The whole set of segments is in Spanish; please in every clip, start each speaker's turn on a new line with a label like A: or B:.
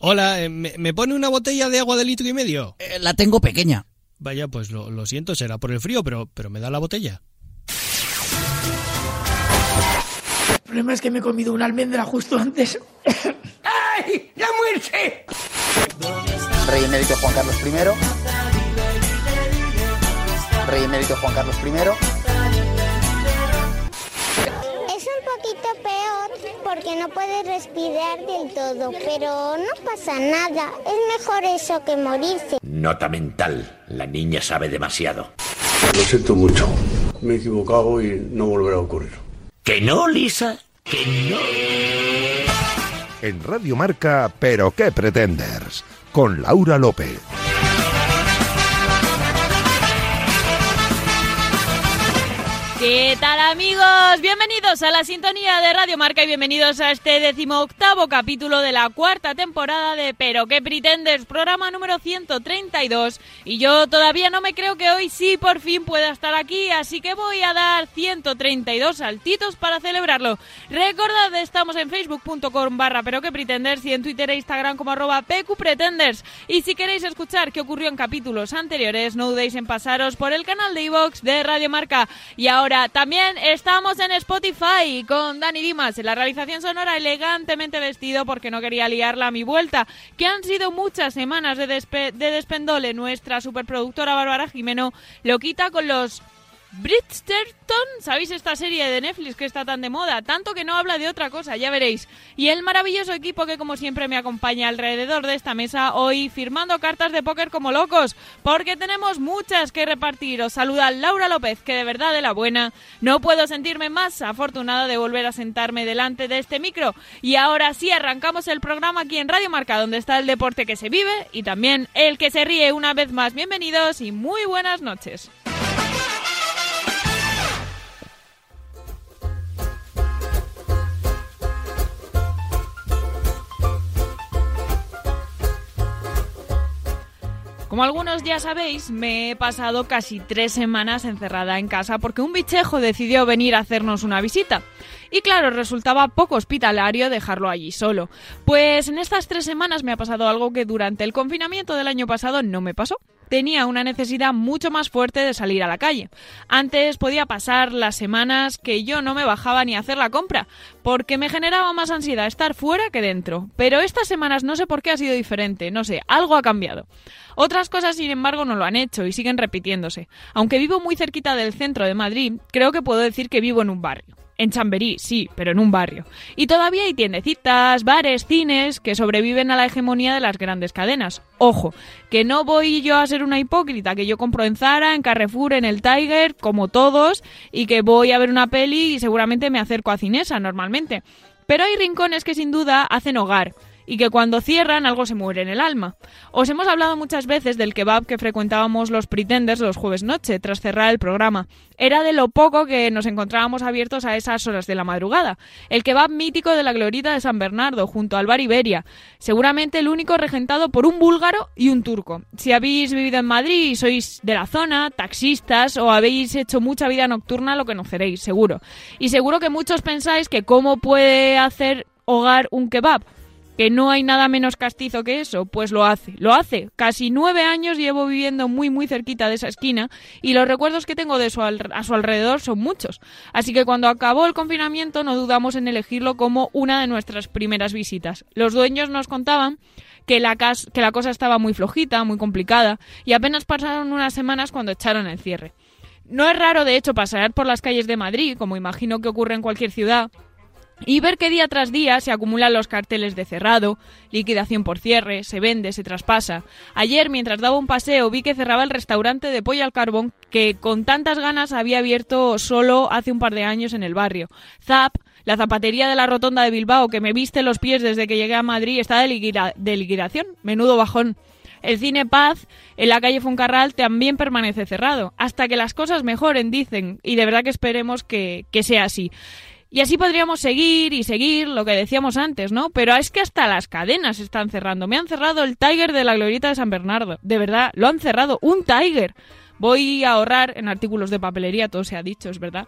A: Hola, eh, ¿me, me pone una botella de agua de litro y medio?
B: Eh, la tengo pequeña.
A: Vaya, pues lo, lo siento, será por el frío, pero, pero me da la botella.
C: El problema es que me he comido una almendra justo antes. ¡Ay! ¡La muerte!
D: Rey emérito Juan Carlos I. Rey emérito Juan Carlos I.
E: Es un poquito peor porque no puedes respirar del todo, pero no pasa nada. Es mejor eso que morirse.
F: Nota mental. La niña sabe demasiado.
G: Lo siento mucho. Me he equivocado y no volverá a ocurrir.
F: ¿Que no, Lisa? ¿Que no?
H: En Radio Marca, Pero qué pretenders, con Laura López.
I: ¿Qué tal amigos? Bienvenidos a la sintonía de Radio Marca y bienvenidos a este decimoctavo capítulo de la cuarta temporada de Pero qué pretendes, programa número 132. Y yo todavía no me creo que hoy sí por fin pueda estar aquí, así que voy a dar 132 saltitos para celebrarlo. Recordad, estamos en facebook.com barra Pero qué pretenders y en Twitter e Instagram como arroba PQPretenders. Y si queréis escuchar qué ocurrió en capítulos anteriores, no dudéis en pasaros por el canal de iVox de Radio Marca. Y ahora también estamos en Spotify con Dani Dimas en la realización sonora elegantemente vestido porque no quería liarla a mi vuelta, que han sido muchas semanas de, despe de despendole. Nuestra superproductora Bárbara Jimeno lo quita con los Bridgerton, ¿sabéis esta serie de Netflix que está tan de moda? Tanto que no habla de otra cosa, ya veréis. Y el maravilloso equipo que como siempre me acompaña alrededor de esta mesa hoy firmando cartas de póker como locos, porque tenemos muchas que repartir. Os saluda Laura López, que de verdad de la buena. No puedo sentirme más afortunada de volver a sentarme delante de este micro. Y ahora sí, arrancamos el programa aquí en Radio Marca, donde está el deporte que se vive y también el que se ríe una vez más. Bienvenidos y muy buenas noches. Como algunos ya sabéis, me he pasado casi tres semanas encerrada en casa porque un bichejo decidió venir a hacernos una visita. Y claro, resultaba poco hospitalario dejarlo allí solo. Pues en estas tres semanas me ha pasado algo que durante el confinamiento del año pasado no me pasó tenía una necesidad mucho más fuerte de salir a la calle. Antes podía pasar las semanas que yo no me bajaba ni a hacer la compra, porque me generaba más ansiedad estar fuera que dentro. Pero estas semanas no sé por qué ha sido diferente, no sé, algo ha cambiado. Otras cosas, sin embargo, no lo han hecho y siguen repitiéndose. Aunque vivo muy cerquita del centro de Madrid, creo que puedo decir que vivo en un barrio. En Chamberí, sí, pero en un barrio. Y todavía hay tiendecitas, bares, cines que sobreviven a la hegemonía de las grandes cadenas. Ojo, que no voy yo a ser una hipócrita, que yo compro en Zara, en Carrefour, en el Tiger, como todos, y que voy a ver una peli y seguramente me acerco a Cinesa normalmente. Pero hay rincones que sin duda hacen hogar y que cuando cierran algo se muere en el alma. Os hemos hablado muchas veces del kebab que frecuentábamos los pretenders los jueves noche tras cerrar el programa. Era de lo poco que nos encontrábamos abiertos a esas horas de la madrugada. El kebab mítico de la glorita de San Bernardo junto al bar Iberia, seguramente el único regentado por un búlgaro y un turco. Si habéis vivido en Madrid y sois de la zona, taxistas o habéis hecho mucha vida nocturna lo conoceréis, seguro. Y seguro que muchos pensáis que cómo puede hacer hogar un kebab que no hay nada menos castizo que eso, pues lo hace, lo hace. Casi nueve años llevo viviendo muy muy cerquita de esa esquina y los recuerdos que tengo de su a su alrededor son muchos. Así que cuando acabó el confinamiento no dudamos en elegirlo como una de nuestras primeras visitas. Los dueños nos contaban que la, cas que la cosa estaba muy flojita, muy complicada y apenas pasaron unas semanas cuando echaron el cierre. No es raro, de hecho, pasear por las calles de Madrid, como imagino que ocurre en cualquier ciudad, y ver que día tras día se acumulan los carteles de cerrado, liquidación por cierre, se vende, se traspasa. Ayer, mientras daba un paseo, vi que cerraba el restaurante de pollo al carbón que con tantas ganas había abierto solo hace un par de años en el barrio. Zap, la zapatería de la Rotonda de Bilbao que me viste los pies desde que llegué a Madrid, está de, liquida de liquidación. Menudo bajón. El cine Paz en la calle Foncarral también permanece cerrado, hasta que las cosas mejoren, dicen, y de verdad que esperemos que, que sea así. Y así podríamos seguir y seguir lo que decíamos antes, ¿no? Pero es que hasta las cadenas están cerrando. Me han cerrado el Tiger de la Glorieta de San Bernardo. De verdad, lo han cerrado. Un Tiger. Voy a ahorrar en artículos de papelería, todo se ha dicho, es verdad.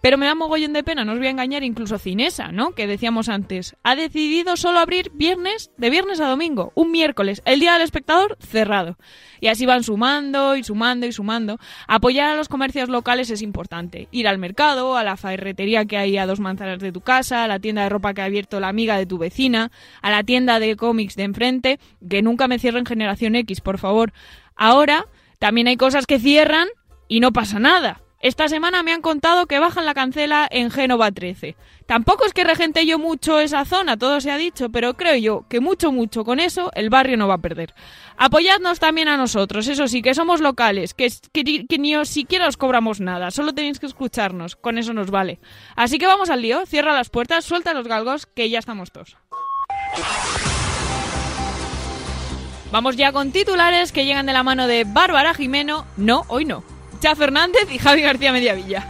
I: Pero me da mogollón de pena, no os voy a engañar, incluso Cinesa, ¿no? Que decíamos antes, ha decidido solo abrir viernes, de viernes a domingo, un miércoles, el día del espectador cerrado. Y así van sumando y sumando y sumando. Apoyar a los comercios locales es importante. Ir al mercado, a la ferretería que hay a dos manzanas de tu casa, a la tienda de ropa que ha abierto la amiga de tu vecina, a la tienda de cómics de enfrente, que nunca me cierren Generación X, por favor. Ahora también hay cosas que cierran y no pasa nada. Esta semana me han contado que bajan la cancela en Génova 13. Tampoco es que regente yo mucho esa zona, todo se ha dicho, pero creo yo que mucho, mucho con eso el barrio no va a perder. Apoyadnos también a nosotros, eso sí, que somos locales, que, que- que ni os siquiera os cobramos nada, solo tenéis que escucharnos, con eso nos vale. Así que vamos al lío, cierra las puertas, suelta los galgos, que ya estamos todos. Vamos ya con titulares que llegan de la mano de Bárbara Jimeno. No, hoy no. Cha Fernández y Javi García Mediavilla.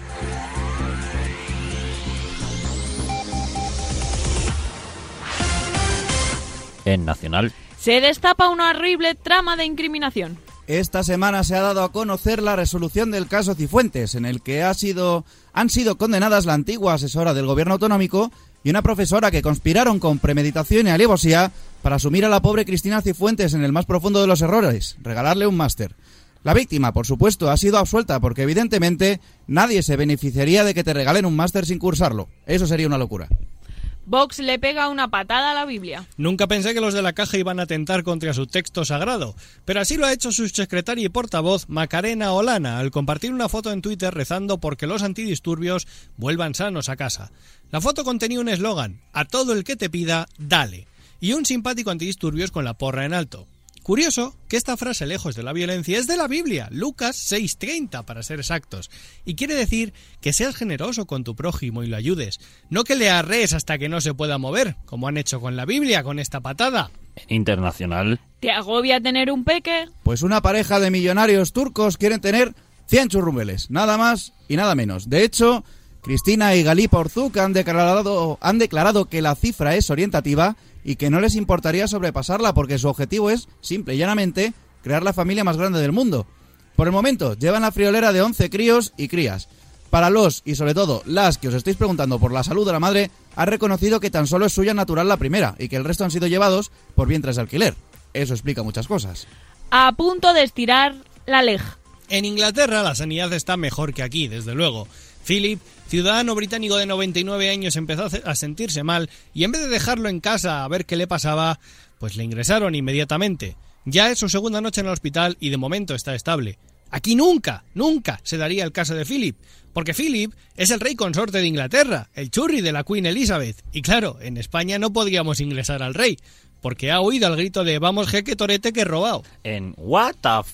B: En Nacional.
I: Se destapa una horrible trama de incriminación.
J: Esta semana se ha dado a conocer la resolución del caso Cifuentes, en el que ha sido, han sido condenadas la antigua asesora del gobierno autonómico y una profesora que conspiraron con premeditación y alevosía para asumir a la pobre Cristina Cifuentes en el más profundo de los errores, regalarle un máster. La víctima, por supuesto, ha sido absuelta porque evidentemente nadie se beneficiaría de que te regalen un máster sin cursarlo. Eso sería una locura.
I: Vox le pega una patada a la Biblia.
A: Nunca pensé que los de la caja iban a atentar contra su texto sagrado, pero así lo ha hecho su secretaria y portavoz Macarena Olana al compartir una foto en Twitter rezando porque los antidisturbios vuelvan sanos a casa. La foto contenía un eslogan, a todo el que te pida, dale, y un simpático antidisturbios con la porra en alto. Curioso que esta frase lejos de la violencia es de la Biblia, Lucas 6:30 para ser exactos, y quiere decir que seas generoso con tu prójimo y lo ayudes, no que le arrees hasta que no se pueda mover, como han hecho con la Biblia con esta patada.
B: Internacional.
I: ¿Te agobia tener un peque?
J: Pues una pareja de millonarios turcos quieren tener 100 churrumbeles, nada más y nada menos. De hecho, Cristina y Galipa Orzuk han declarado, han declarado que la cifra es orientativa y que no les importaría sobrepasarla porque su objetivo es, simple y llanamente, crear la familia más grande del mundo. Por el momento, llevan la friolera de 11 críos y crías. Para los y sobre todo las que os estáis preguntando por la salud de la madre, ha reconocido que tan solo es suya natural la primera y que el resto han sido llevados por vientres de alquiler. Eso explica muchas cosas.
I: A punto de estirar la leja.
A: En Inglaterra la sanidad está mejor que aquí, desde luego. Philip, ciudadano británico de 99 años, empezó a ce- a sentirse mal y en vez de dejarlo en casa a ver qué le pasaba, pues le ingresaron inmediatamente. Ya es su segunda noche en el hospital y de momento está estable. Aquí nunca, nunca se daría el caso de Philip, porque Philip es el rey consorte de Inglaterra, el churri de la Queen Elizabeth. Y claro, en España no podríamos ingresar al rey, porque ha oído al grito de vamos jeque torete que he robado.
B: En What the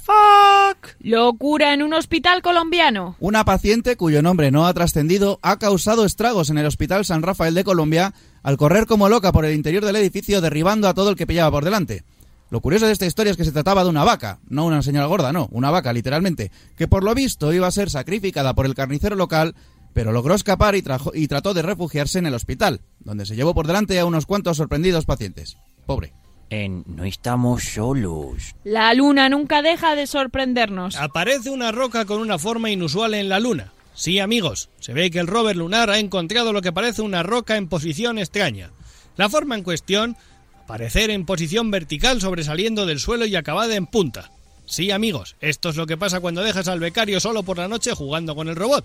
I: Locura en un hospital colombiano.
J: Una paciente cuyo nombre no ha trascendido ha causado estragos en el Hospital San Rafael de Colombia al correr como loca por el interior del edificio derribando a todo el que pillaba por delante. Lo curioso de esta historia es que se trataba de una vaca, no una señora gorda, no, una vaca literalmente, que por lo visto iba a ser sacrificada por el carnicero local, pero logró escapar y, trajo- y trató de refugiarse en el hospital, donde se llevó por delante a unos cuantos sorprendidos pacientes. Pobre.
B: En No estamos solos.
I: La luna nunca deja de sorprendernos.
A: Aparece una roca con una forma inusual en la Luna. Sí, amigos, se ve que el rover lunar ha encontrado lo que parece una roca en posición extraña. La forma en cuestión, aparecer en posición vertical sobresaliendo del suelo y acabada en punta. Sí, amigos, esto es lo que pasa cuando dejas al becario solo por la noche jugando con el robot,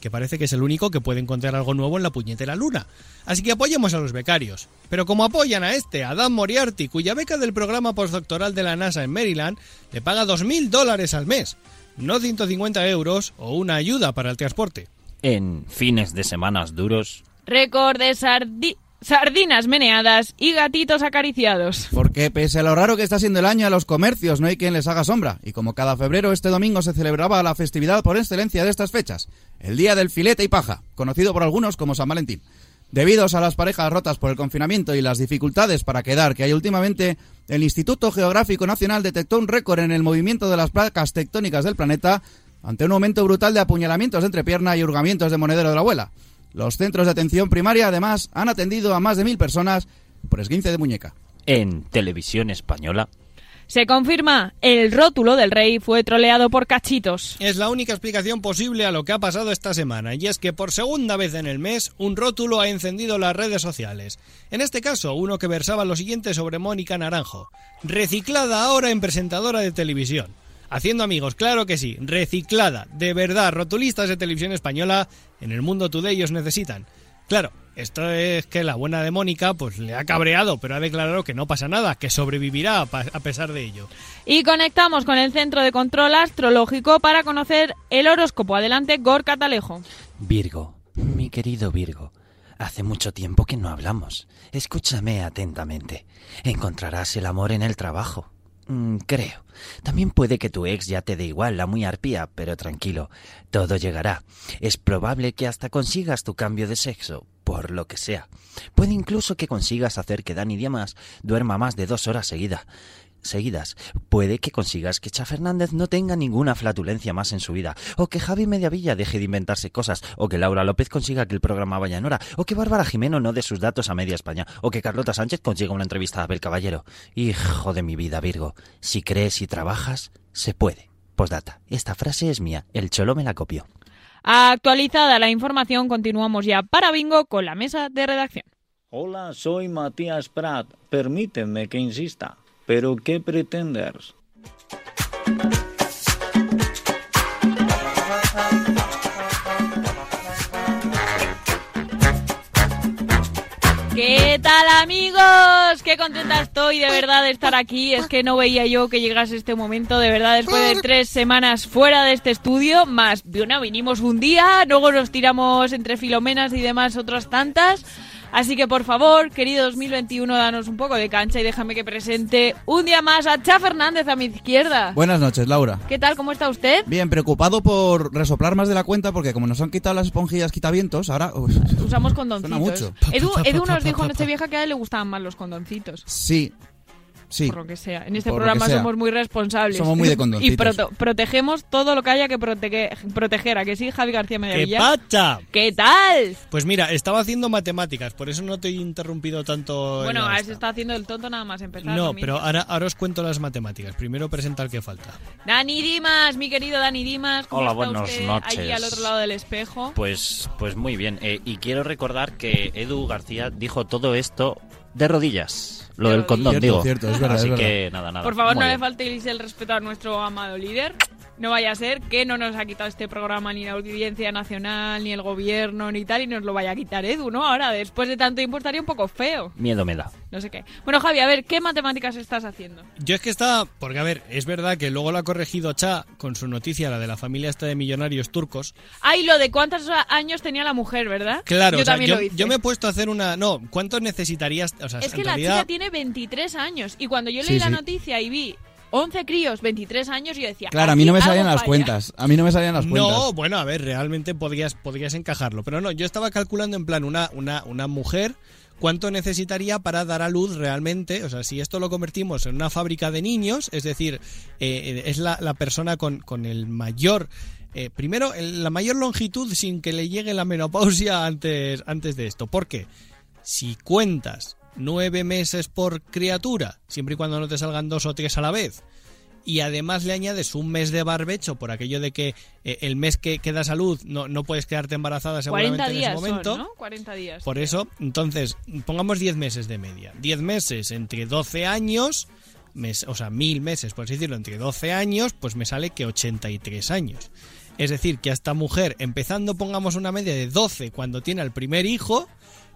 A: que parece que es el único que puede encontrar algo nuevo en la puñetera luna. Así que apoyemos a los becarios. Pero como apoyan a este, a Dan Moriarty, cuya beca del programa postdoctoral de la NASA en Maryland le paga 2.000 dólares al mes, no 150 euros o una ayuda para el transporte.
B: En fines de semanas duros.
I: Récord de sardi- sardinas meneadas y gatitos acariciados.
J: Porque pese a lo raro que está siendo el año a los comercios, no hay quien les haga sombra. Y como cada febrero, este domingo se celebraba la festividad por excelencia de estas fechas, el Día del Filete y Paja, conocido por algunos como San Valentín. Debidos a las parejas rotas por el confinamiento y las dificultades para quedar que hay últimamente, el Instituto Geográfico Nacional detectó un récord en el movimiento de las placas tectónicas del planeta ante un aumento brutal de apuñalamientos de entrepierna y hurgamientos de monedero de la abuela. Los centros de atención primaria, además, han atendido a más de mil personas por esguince de muñeca.
B: En Televisión Española.
I: Se confirma, el rótulo del rey fue troleado por cachitos.
A: Es la única explicación posible a lo que ha pasado esta semana, y es que por segunda vez en el mes un rótulo ha encendido las redes sociales. En este caso, uno que versaba lo siguiente sobre Mónica Naranjo, reciclada ahora en presentadora de televisión. Haciendo amigos, claro que sí, reciclada, de verdad, rotulistas de televisión española, en el mundo today os necesitan. Claro, esto es que la buena de Mónica pues le ha cabreado, pero ha declarado que no pasa nada, que sobrevivirá a pa- a pesar de ello.
I: Y conectamos con el Centro de Control Astrológico para conocer el horóscopo. Adelante, Gorka Talejo.
B: Virgo, mi querido Virgo, hace mucho tiempo que no hablamos. Escúchame atentamente. Encontrarás el amor en el trabajo. Mm, creo. También puede que tu ex ya te dé igual, la muy arpía, pero tranquilo, todo llegará. Es probable que hasta consigas tu cambio de sexo, por lo que sea. Puede incluso que consigas hacer que Dani Diamas duerma más de dos horas seguidas seguidas. Puede que consigas que Cha Fernández no tenga ninguna flatulencia más en su vida, o que Javi Mediavilla deje de inventarse cosas, o que Laura López consiga que el programa vaya en hora, o que Bárbara Jimeno no dé sus datos a media España, o que Carlota Sánchez consiga una entrevista a Abel Caballero. Hijo de mi vida, Virgo, si crees y trabajas, se puede. Postdata, esta frase es mía, el cholo me la copió.
I: Actualizada la información, continuamos ya para Bingo con la mesa de redacción.
K: Hola, soy Matías Prat. Permíteme que insista. ¿Pero qué pretendes?
I: ¿Qué tal amigos? Qué contenta estoy de verdad de estar aquí. Es que no veía yo que llegase este momento. De verdad, después de tres semanas fuera de este estudio, más de una vinimos un día, luego nos tiramos entre filomenas y demás otras tantas. Así que por favor, querido 2021, danos un poco de cancha y déjame que presente un día más a Cha Fernández a mi izquierda.
J: Buenas noches, Laura.
I: ¿Qué tal? ¿Cómo está usted?
J: Bien, preocupado por resoplar más de la cuenta porque como nos han quitado las esponjillas quitavientos, ahora... Uf,
I: Usamos condoncitos.
J: mucho.
I: Edu, Edu nos dijo en Nochevieja que a él le gustaban más los condoncitos.
J: sí, sí.
I: por lo que sea. En este
J: Por lo que
I: programa
J: sea.
I: somos muy responsables.
J: Somos muy de
I: Y
J: condoncitos.
I: proto- protegemos todo lo que haya que protege- proteger. ¿A que sí, Javi García
A: ¡Qué
I: Mediavilla?
A: pacha!
I: ¿Qué tal?
A: Pues mira, estaba haciendo matemáticas, por eso no te he interrumpido tanto. en
I: Bueno,
A: la
I: ahora
A: esta.
I: se está haciendo el tonto nada más empezar.
A: No,
I: Fermín.
A: pero ahora, ahora os cuento las matemáticas. Primero presenta el que falta.
I: Dani Dimas, mi querido Dani Dimas. ¿cómo
B: Hola,
I: está
B: buenas
I: usted
B: noches.
I: Allí al otro lado del espejo.
B: Pues, pues muy bien. Eh, y quiero recordar que Edu García dijo todo esto de rodillas. Lo
I: De
B: del condón,
J: rodillas.
B: digo.
J: Cierto, cierto, es verdad,
B: Así
J: es
B: que nada, nada.
I: Por favor,
B: Muy
I: no le
B: bien.
I: faltéis el respeto a nuestro amado líder. No vaya a ser que no nos ha quitado este programa ni la Audiencia Nacional, ni el gobierno, ni tal, y nos lo vaya a quitar Edu, ¿no? Ahora, después de tanto tiempo, estaría un poco feo.
B: Miedo me da.
I: No sé qué. Bueno, Javi, a ver, ¿qué matemáticas estás haciendo?
A: Yo es que estaba. Porque a ver, es verdad que luego lo ha corregido Cha con su noticia, la de la familia esta de millonarios turcos.
I: Ay, lo de cuántos a- años tenía la mujer, ¿verdad?
A: Claro,
I: yo
A: o sea,
I: también
A: yo,
I: lo hice.
A: yo me he puesto a hacer una. No, ¿cuántos necesitarías? O sea, en
I: Es que la
A: realidad-
I: chica tiene 23 años y cuando yo leí
J: Sí,
I: la
J: sí.
I: noticia y vi 11 críos, 23 años, yo decía.
J: Claro, a
I: "Aquí
J: mí no me
I: algo
J: salían las
I: falla".
J: cuentas. A mí no me salían las cuentas.
A: No, bueno, a ver, realmente podrías, podrías encajarlo. Pero no, yo estaba calculando en plan una, una, una mujer, cuánto necesitaría para dar a luz realmente. O sea, si esto lo convertimos en una fábrica de niños, es decir, eh, eh, es la, la persona con, con el mayor. eh, primero, el- la mayor longitud sin que le llegue la menopausia antes, antes de esto. ¿Por qué? Si cuentas nueve meses por criatura, siempre y cuando no te salgan dos o tres a la vez, y además le añades un mes de barbecho por aquello de que eh, el mes que, que das a luz no, no puedes quedarte embarazada
I: 40
A: seguramente en
I: días,
A: ese momento.
I: son, ¿no? 40 días.
A: Por eso, entonces, pongamos 10 meses de media. 10 meses entre 12 años, mes- o sea, mil meses, por así decirlo, entre 12 años, pues me sale que 83 años. Es decir, que a esta mujer, empezando, pongamos una media de 12 cuando tiene al primer hijo,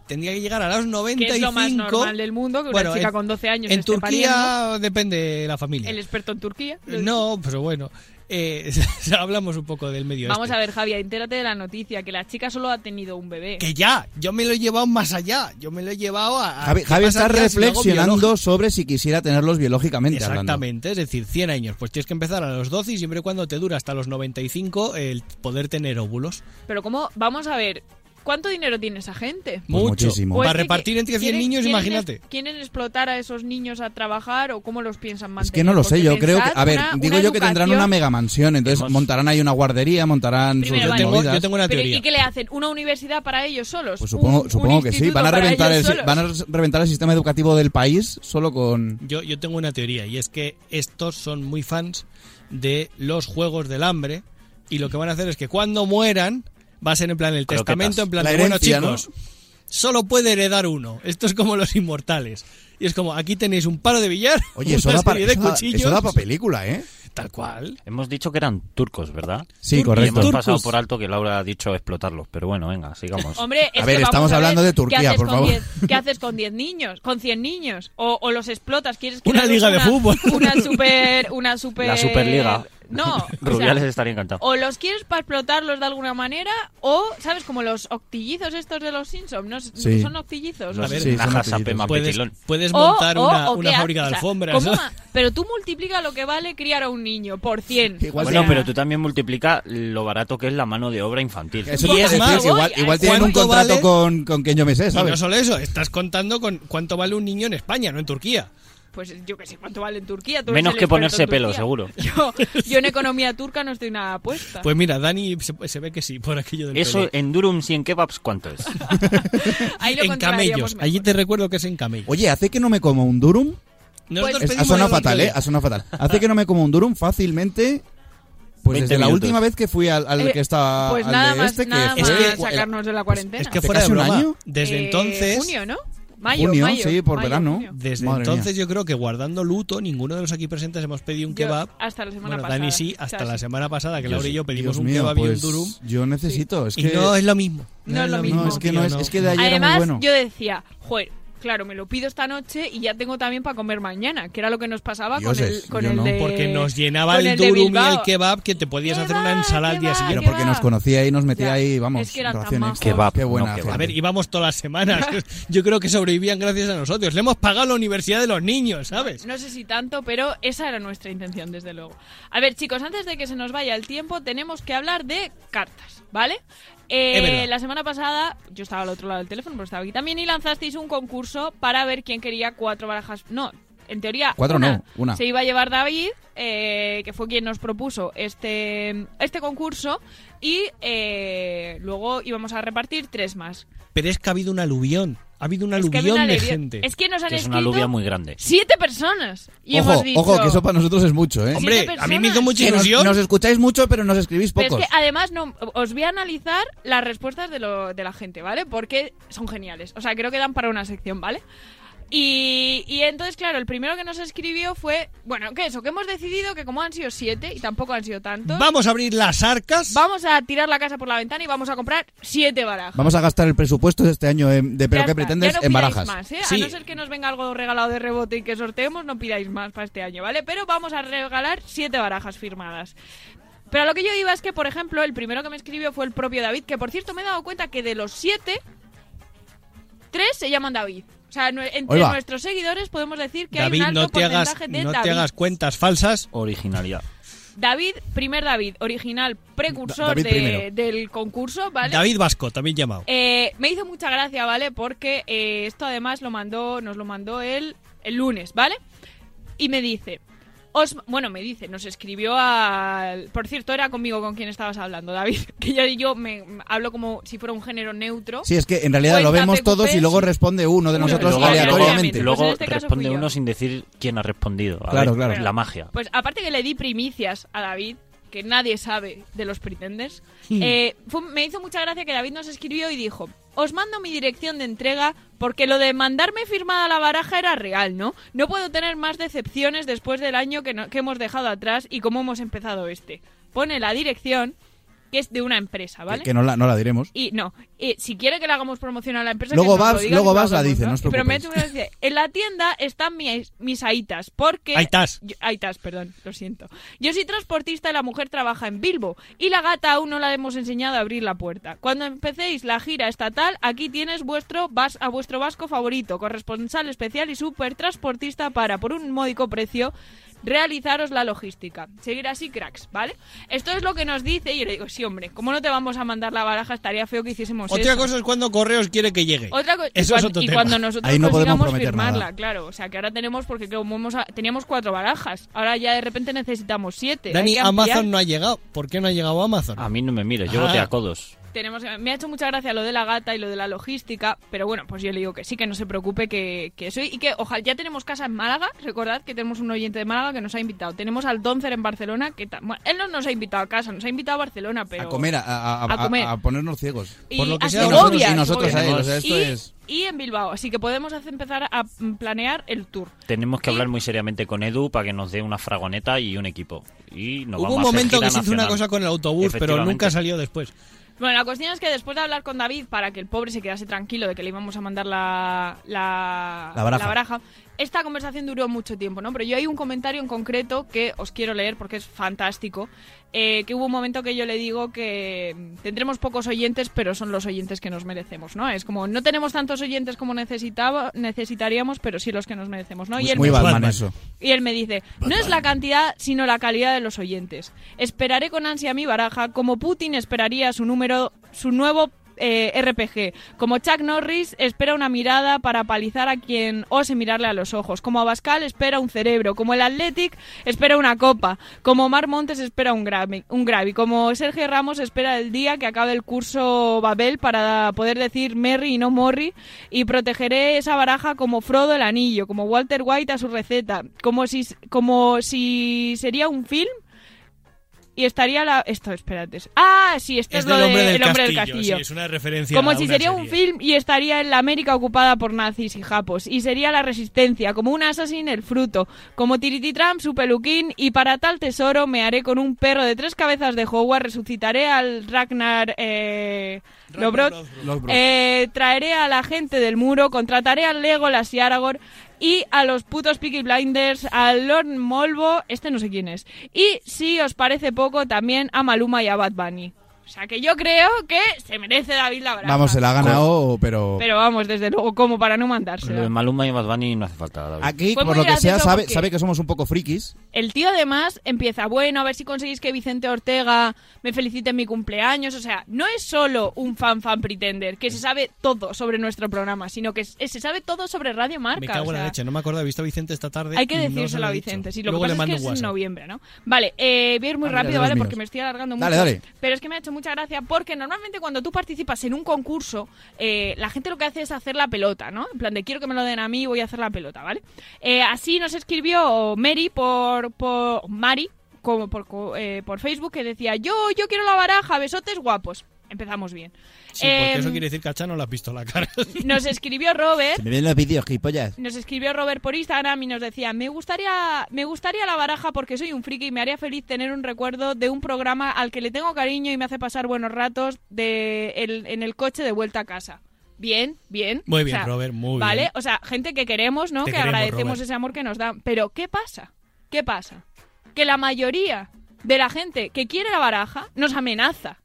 A: tendría que llegar a los 95.
I: Que es lo más normal del mundo, que una
A: Bueno,
I: chica
A: en-
I: con 12 años
A: En
I: esté pariendo.
A: Turquía depende de la familia.
I: El experto en Turquía. lo dice.
A: No, pero bueno, eh, hablamos un poco del medio.
I: Vamos
A: este.
I: a ver, Javi, entérate de la noticia, que la chica solo ha tenido un bebé.
A: Que ya, yo me lo he llevado más allá. Yo me lo he llevado a. a-
J: Javi,
A: ¿qué
J: Javi está
A: pasaría si lo hago biológico?
J: reflexionando sobre si quisiera tenerlos biológicamente hablando.
A: Exactamente, es decir, 100 años. Pues tienes que empezar a los 12 y siempre y cuando te dura hasta los 95 el poder tener óvulos.
I: Pero cómo, vamos a ver, ¿Cuánto dinero tiene esa gente?
J: Pues Mucho. muchísimo.
A: Para
I: es que
A: repartir entre 100
I: quieren-
A: niños,
I: quieren-
A: imagínate.
I: ¿Quieren explotar a esos niños a trabajar o cómo los piensan mantener?
J: Es que no lo sé,
I: Porque
J: yo creo que.
I: pensad
J: A ver,
I: una-
J: digo
I: una
J: yo que tendrán una
I: educación-
J: megamansión, entonces montarán ahí una guardería, montarán sus
I: Primero, vale.
J: movidas.
I: Pero, ¿Y qué le hacen? ¿Una universidad para ellos solos?
J: Pues supongo,
I: Un- un
J: supongo que sí.
I: instituto
J: Van a,
I: para
J: reventar el,
I: ellos
J: si-
I: solos?
J: van a res- reventar el sistema educativo del país solo con.
A: Yo, yo tengo una teoría y es que estos son muy fans de los juegos del hambre y lo que van a hacer es que cuando mueran va a ser en plan el
J: Croquetas.
A: testamento, en plan
J: La
A: de, bueno
J: herencia, ¿no?
A: chicos, solo puede heredar uno. Esto es como los inmortales. Y es como, aquí tenéis un paro de billar,
J: Oye,
A: una
J: eso da, pa-
A: serie de
J: eso da-
A: cuchillos.
J: eso da pa' película, ¿eh?
A: Tal cual.
L: Hemos dicho que eran turcos, ¿verdad?
J: Sí,
L: Y
J: correcto.
L: hemos pasado
J: Turcos.
L: por alto que Laura ha dicho explotarlos, pero bueno, venga, sigamos.
I: Hombre, es que vamos a ver, ¿qué haces con 10 ¿Qué haces con 10 niños? ¿Con 100 niños? ¿O, o los explotas? ¿Quieres que
L: Una
I: hagas
L: liga de fútbol.
I: Una super... Una super...
L: La Superliga.
I: Pues, No. o sea,
L: Rubiales estaría encantado.
I: O los quieres para explotarlos de alguna manera, o, ¿sabes? Como los octillizos estos de los Simpsons. No, s-
L: Sí.
I: Son octillizos.
L: Los
I: ¿no?
L: Sí, son najas a
A: Puedes-
L: Pema
A: puedes,
L: Petilón.
A: puedes
I: O-
A: montar
I: o-
A: una,
I: o
A: una
I: qué ha-
A: fábrica
I: o
A: de
I: sea,
A: alfombras.
I: ¿cómo
A: ¿no?
I: ma- Pero tú multiplica lo que vale criar a un niño por 100. O
L: bueno,
I: sea,
L: pero tú también multiplica lo barato que es la mano de obra infantil.
J: Eso te iba a decir, igual, igual tienen un
A: ¿cuánto
J: contrato
A: vale?
J: con, con Kenyo Mesé,
A: Y
J: ¿sabes?
A: no solo eso, estás contando con cuánto vale un niño en España, no en Turquía.
I: Pues yo que sé cuánto vale en Turquía. tú eres
L: Menos
I: el
L: que
I: experto
L: ponerse
I: en
L: pelo,
I: Turquía.
L: seguro.
I: Yo, yo en economía turca no estoy nada puesta.
A: Pues mira, Dani se, se ve que sí, por aquello del
L: Eso
A: pelo.
L: en Durum 100 kebabs, ¿cuánto es?
I: Ahí lo
A: en
I: contrariamos
L: pues
A: camellos.
I: mejor.
A: Allí te recuerdo que es en camellos.
J: Oye, ¿hace que no me como un durum?
I: Pues
J: Es-
A: Nosotros
J: ha
A: pedimos
J: sonado
A: el otro
J: fatal, ¿eh?
A: día.
J: Ha sonado fatal. Hace que no me como un durum fácilmente. Pues
A: 20
J: desde la
A: minutos.
J: última vez que fui al, al
I: Eh,
J: que estaba.
I: Pues
J: al
I: nada
J: de
I: más,
J: este, que
I: nada
J: fue-
I: más
J: es que-
I: sacarnos de la cuarentena.
A: Pues Es que fuera de
J: ¿Hace un
A: broma,
J: año?
A: desde
I: Eh,
A: entonces...
I: Junio, ¿no? Mayo,
J: Junio,
I: mayo,
J: sí, por
I: mayo,
J: verano.
I: junio.
A: Desde
J: Madre mía.
A: entonces yo creo que guardando luto, ninguno de los aquí presentes hemos pedido un
I: Yo,
A: kebab.
I: hasta la semana
A: bueno,
I: pasada.
A: Dani sí, hasta
I: O sea,
A: la
I: sí.
A: semana pasada que
J: Dios-
A: Laura y yo pedimos
J: Dios
A: un
J: mío,
A: kebab y un
J: pues,
A: durum.
J: Yo necesito. Es
A: Y
J: que...
A: no es lo mismo.
I: No es lo mismo.
J: No, es que,
A: tío,
J: no es,
A: no.
J: es que de ayer era
I: Además,
J: muy bueno.
I: yo decía, joder, claro, me lo pido esta noche y ya tengo también para comer mañana, que era lo que nos pasaba
J: Dioses,
I: con el, con
J: yo
I: el
J: no.
I: de-
A: Porque nos llenaba
I: con
A: el,
I: el de
A: durum y el
I: Bilbao.
A: kebab que te podías hacer una ensalada al día
J: Pero
A: siguiente.
J: porque nos conocía y nos metía ahí, vamos,
I: Es que eran tan
J: raciones.
I: majos. Kebab,
J: Qué buena.
L: no
J: gente.
A: A ver, íbamos todas las semanas. Yo creo que sobrevivían gracias a nosotros. Le hemos pagado la universidad de los niños, ¿sabes?
I: No sé si tanto, pero esa era nuestra intención, desde luego. A ver, chicos, antes de que se nos vaya el tiempo, tenemos que hablar de cartas, ¿vale? Eh,
M: Es verdad.
I: la semana pasada, yo estaba al otro lado del teléfono, pero estaba aquí también, y lanzasteis un concurso para ver quién quería cuatro barajas. No, en teoría.
J: Cuatro
I: una.
J: no, una.
I: Se iba a llevar David, eh, que fue quien nos propuso este, este concurso, y eh, luego íbamos a repartir tres más.
A: Pero es que ha habido un aluvión. Ha habido un
I: Es que
A: aluvión
I: había una
A: de
I: aluvión.
A: gente.
I: Es que nos han
L: Que es una
I: escrito
L: alubia muy grande.
I: siete personas. Y
J: ojo,
I: hemos dicho,
J: ojo, que eso para nosotros es mucho, ¿eh?
I: Hombre, Siete a mí me hizo personas. mucha
J: Que nos-
I: ilusión.
J: Nos, escucháis mucho, pero nos escribís
I: Pero
J: pocos.
I: es que además no, os voy a analizar las respuestas de, lo- de la gente, ¿vale? Porque son geniales. O sea, creo que dan para una sección, ¿vale? Y, y entonces, claro, el primero que nos escribió fue, bueno, que eso, que hemos decidido que como han sido siete y tampoco han sido tantos,
A: Vamos a abrir las arcas.
I: vamos a tirar la casa por la ventana y vamos a comprar siete barajas.
J: Vamos a gastar el presupuesto de este año en- de Pero
I: Ya
J: qué
I: está,
J: pretendes
I: ya no
J: en
I: pidáis
J: barajas.
I: más, ¿eh?
J: Sí.
I: A no ser que nos venga algo regalado de rebote y que sorteemos, no pidáis más para este año, ¿vale? Pero vamos a regalar siete barajas firmadas. Pero a lo que yo iba es que, por ejemplo, el primero que me escribió fue el propio David, que por cierto me he dado cuenta que de los siete, tres se llaman David. O sea, nue- entre
A: Oiga.
I: nuestros seguidores podemos decir que hay
A: David,
I: un alto
A: no, te hagas,
I: porcentaje de
A: no
I: David.
A: te hagas cuentas falsas.
L: Originalidad.
I: David, primer David, original, precursor
A: David
I: de-
A: primero.
I: del concurso, ¿vale?
A: David Vasco, también llamado.
I: Eh, me hizo mucha gracia, ¿vale? Porque eh, esto además lo mandó, nos lo mandó él el lunes, ¿vale? Y me dice, os- bueno, me dice, nos escribió al... Por cierto, era conmigo con quien estabas hablando, David. Que yo, yo me, me hablo como si fuera un género neutro.
J: Sí, es que en realidad
I: O
J: lo
I: en
J: vemos
I: KPQP,
J: todos y luego
I: sí.
J: responde uno de nosotros
L: luego,
J: aleatoriamente.
L: luego-
I: Pues en
L: luego
I: este caso
L: responde
I: fui yo.
L: uno sin decir quién ha respondido. A
J: Claro,
L: ver,
J: claro.
L: La magia.
I: Pues aparte que le di primicias a David, que nadie sabe de los pretenders,
L: Hmm.
I: eh, fue- me hizo mucha gracia que David nos escribió y dijo, os mando mi dirección de entrega porque lo de mandarme firmada la baraja era real, ¿no? No puedo tener más decepciones después del año que, no- que hemos dejado atrás y cómo hemos empezado este. Pone la dirección, que es de una empresa, ¿vale?
J: Que no la, no la diremos.
I: Y no, eh, si quiere que le hagamos promoción a la empresa,
J: Luego
I: que nos lo
J: vas-
I: diga,
J: luego
I: que lo
J: vas la
I: hagamos,
J: dice, no os
I: Y promete
J: preocupéis.
I: una vez, En la tienda están mis, mis aitas, porque...
A: Aitas.
I: Yo- aitas, perdón, lo siento. Yo soy transportista y la mujer trabaja en Bilbo, y la gata aún no la hemos enseñado a abrir la puerta. Cuando empecéis la gira estatal, aquí tienes vuestro vas a vuestro vasco favorito, corresponsal especial y super transportista para, por un módico precio, realizaros la logística. Seguir así, cracks, ¿vale? Esto es lo que nos dice, y yo le digo, sí, hombre, ¿cómo no te vamos a mandar la baraja? Estaría feo que hiciésemos
A: Otra
I: eso.
A: cosa es cuando Correos quiere que llegue.
I: Otra co- y
A: Eso es
I: cuando,
A: otro
I: y
A: tema.
I: cuando nosotros consigamos firmarla, claro. O sea, que ahora tenemos, porque creo, como hemos- teníamos cuatro barajas. Ahora ya de repente necesitamos siete. Hay
A: Dani,
I: que ampliar.
A: Amazon no ha llegado. ¿Por qué no ha llegado Amazon? A
L: mí no me mires, yo
A: Ah.
L: boté a codos.
I: Tenemos, me ha hecho mucha gracia lo de la gata y lo de la logística, pero bueno, pues yo le digo que sí, que no se preocupe, que, que eso. Y que ojalá ya tenemos casa en Málaga. Recordad que tenemos un oyente de Málaga que nos ha invitado. Tenemos al Doncer en Barcelona, que ta- bueno, él no nos ha invitado a casa, nos ha invitado a Barcelona, pero.
J: A comer, a, a- a-
I: A comer.
J: a ponernos ciegos.
I: Y a
J: Y
I: Segovia,
J: nosotros, y nosotros
I: Segovia.
J: a ellos, o sea, esto
I: y,
J: es...
I: y en Bilbao, así que podemos hacer- empezar a mm, planear el tour.
L: Tenemos que hablar muy seriamente con Edu para que nos dé una fragoneta y un equipo. Y nos
A: Hubo
L: vamos
A: un
L: a hacer
A: momento
L: gira
A: que se hizo una
L: nacional.
A: cosa con el autobús, pero
L: Efectivamente.
A: nunca salió después.
I: Bueno, la cuestión es que después de hablar con David para que el pobre se quedase tranquilo de que le íbamos a mandar la, la,
A: La baraja.
I: esta conversación duró mucho tiempo, ¿no? Pero yo hay un comentario en concreto que os quiero leer porque es fantástico, eh, que hubo un momento que yo le digo que mm, tendremos pocos oyentes, pero son los oyentes que nos merecemos, ¿no? Es como, no tenemos tantos oyentes como necesitaba, necesitaríamos, pero sí los que nos merecemos, ¿no? y él
J: Muy
I: me-
J: Batman eso.
I: y él me dice, no es la cantidad, sino la calidad de los oyentes. Esperaré con ansia mi baraja, como Putin esperaría su número, su nuevo eh, RPG. Como Chuck Norris espera una mirada para palizar a quien ose mirarle a los ojos. Como Abascal espera un cerebro. Como el Athletic espera una copa. Como Mar Montes espera un Grammy. Un Grammy. Como Sergio Ramos espera el día que acabe el curso Babel para poder decir Merry y no Morri. Y protegeré esa baraja como Frodo el anillo. Como Walter White a su receta. Como si, como si sería un film. Y estaría la... Esto, espérate. Ah, sí, esto es,
A: Es
I: lo
A: del hombre
I: de
A: del
I: El hombre
A: castillo.
I: del castillo.
A: sí, es una referencia
I: Como
A: a
I: si
A: una
I: sería
A: serie.
I: un film y estaría en la América ocupada por nazis y japos. Y sería la resistencia, como un asesino el fruto, como Tiriti Trump su peluquín. Y para tal tesoro me haré con un perro de tres cabezas de Howard, resucitaré al Ragnar eh, Lodbrok,
J: Lodbrok.
I: eh, traeré a la gente del muro, contrataré al Legolas y Aragorn. Y a los putos Peaky Blinders, al Lord Molvo, este no sé quién es. Y si os parece poco, también a Maluma y a Bad Bunny. O sea que yo creo que se merece David la baraja.
J: Vamos, se la ha ganado, pero...
I: Pero vamos, desde luego, como para no
L: Lo de
I: mandársela.
L: Maluma y Bad Bunny no hace falta. David.
J: Aquí,
I: Fue
J: por
I: muy
J: lo que sea,
I: gracioso
J: sabe,
I: porque-
J: sabe que somos un poco frikis.
I: El tío además empieza, bueno, a ver si conseguís que Vicente Ortega me felicite en mi cumpleaños. O sea, no es solo un fan fan pretender, que se sabe todo sobre nuestro programa, sino que se se sabe todo sobre Radio Marca.
A: Me cago
I: o
A: en la
I: sea,
A: leche, no me acuerdo, he visto a Vicente esta tarde.
I: Hay que
A: y no se
I: decírselo
A: lo
I: a
A: he dicho.
I: Vicente. Sí, lo
A: Luego
I: que
A: le
I: pasa es
A: mando
I: que
A: un
I: es en
A: WhatsApp.
I: noviembre, ¿no? Vale, eh, voy a ir muy
A: Ah, mira, de
I: rápido,
A: los
I: ¿vale? Porque
A: míos.
I: me estoy alargando
A: Dale,
I: mucho.
A: dale.
I: Pero es que me ha hecho mucha gracia porque normalmente cuando tú participas en un concurso, eh, la gente lo que hace es hacer la pelota, ¿no? En plan de quiero que me lo den a mí voy a hacer la pelota, ¿vale? Eh, así nos escribió Mary por, por Mari como por, co- eh, por Facebook que decía yo yo quiero la baraja besotes guapos empezamos bien
A: Sí, porque
I: Em,
A: eso quiere decir que a Chano le has visto la cara.
I: nos escribió Robert
J: Se me ven los vídeos, gilipollas.
I: nos escribió Robert por Instagram y nos decía, me gustaría, me gustaría la baraja porque soy un friki y me haría feliz tener un recuerdo de un programa al que le tengo cariño y me hace pasar buenos ratos de el- en el coche de vuelta a casa. Bien, bien.
A: Muy
I: O
A: bien,
I: sea,
A: Robert, muy
I: ¿Vale?
A: bien.
I: O sea, gente que queremos, ¿no?
A: Te
I: que
A: queremos,
I: agradecemos
A: Robert.
I: ese amor que nos dan. Pero, ¿qué pasa? ¿Qué pasa? Que la mayoría de la gente que quiere la baraja nos amenaza.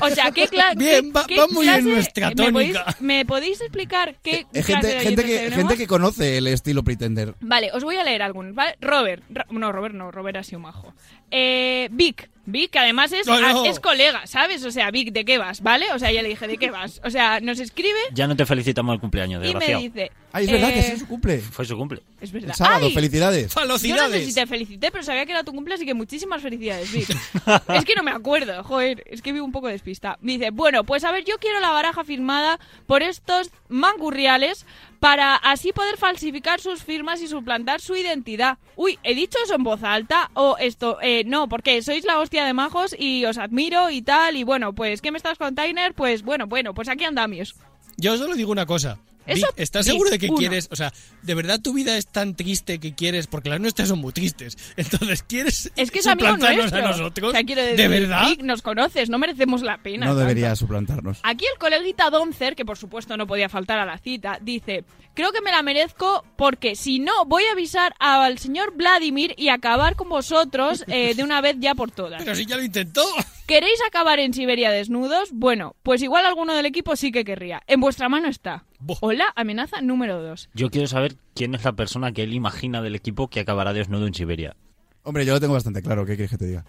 I: O sea, ¿qué clase.
A: Bien, va- va muy bien nuestra Eh,
I: ¿me podéis,
J: tónica.
I: ¿Me podéis explicar qué
J: Es
I: clase
J: gente,
I: de
J: gente,
I: oyentes
J: que,
I: tenemos?
J: gente que conoce el estilo Pretender.
I: Vale, os voy a leer algunos, ¿vale? Robert, Ro- no, Robert no, Robert ha sido majo. Eh, Vic, Vic, que además es,
L: No, no.
I: es colega, ¿sabes? O sea, Vic, ¿de qué vas? ¿Vale? O sea, ya le dije, ¿de qué vas? O sea, nos escribe
L: Ya no te felicitamos el cumpleaños,
I: y me
L: desgraciado.
J: Ay,
I: dice...
J: Ah, es verdad que
I: eh,
J: sí es su cumple.
L: Fue su cumple.
I: Es verdad.
J: El sábado,
I: ¡Ay!
J: felicidades.
I: Yo no sé si te felicité, pero sabía que era tu cumple, así que muchísimas felicidades, Vic. es que no me acuerdo, joder, es que vivo un poco despista. Me dice, bueno, pues a ver, yo quiero la baraja firmada por estos mangurriales para así poder falsificar sus firmas y suplantar su identidad. Uy, ¿he dicho eso en voz alta? O esto, eh, no, porque sois la hostia de majos y os admiro y tal, y bueno, pues, ¿qué me estás container? Pues bueno, bueno, pues aquí andamios.
A: Yo solo digo una cosa.
I: Eso,
A: Vic, ¿Estás
I: Vic,
A: seguro de que
I: uno.
A: quieres? O sea, ¿de verdad tu vida es tan triste que quieres? Porque las nuestras son muy tristes. Entonces, ¿quieres
I: Es que es amigo
A: suplantarnos
I: nuestro.
A: a nosotros?
I: O sea, quiero decir,
A: ¿De verdad?
I: Vic, nos conoces, no merecemos la pena.
J: No
I: tanto.
J: debería suplantarnos.
I: Aquí el coleguita Doncer, que por supuesto no podía faltar a la cita, dice, creo que me la merezco porque si no voy a avisar al señor Vladimir y acabar con vosotros eh, de una vez ya por todas.
A: Pero si ya lo intentó.
I: ¿Queréis acabar en Siberia desnudos? Bueno, pues igual alguno del equipo sí que querría. En vuestra mano está. Hola, amenaza número 2.
L: Yo quiero saber quién es la persona que él imagina del equipo que acabará desnudo en Siberia.
J: Hombre, yo lo tengo bastante claro. ¿Qué quieres que te diga?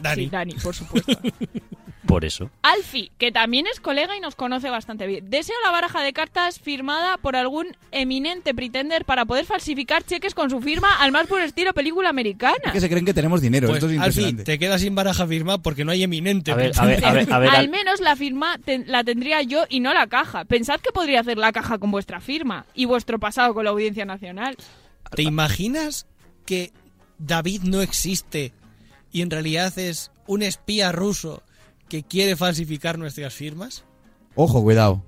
I: Dani. Sí, Dani, por supuesto.
L: Por eso.
I: Alfie, que también es colega y nos conoce bastante bien. Deseo la baraja de cartas firmada por algún eminente pretender para poder falsificar cheques con su firma al más puro estilo película americana.
J: Que se creen que tenemos dinero.
A: Pues,
J: Esto es
A: Alfie,
J: impresionante.
A: te quedas sin baraja firmada porque no hay eminente.
L: A ver, a ver, a ver, a ver,
I: al menos la firma ten- la tendría yo y no la caja. Pensad que podría hacer la caja con vuestra firma y vuestro pasado con la Audiencia Nacional.
A: ¿Te imaginas que David no existe y en realidad es un espía ruso que quiere falsificar nuestras firmas?
J: Ojo, cuidado.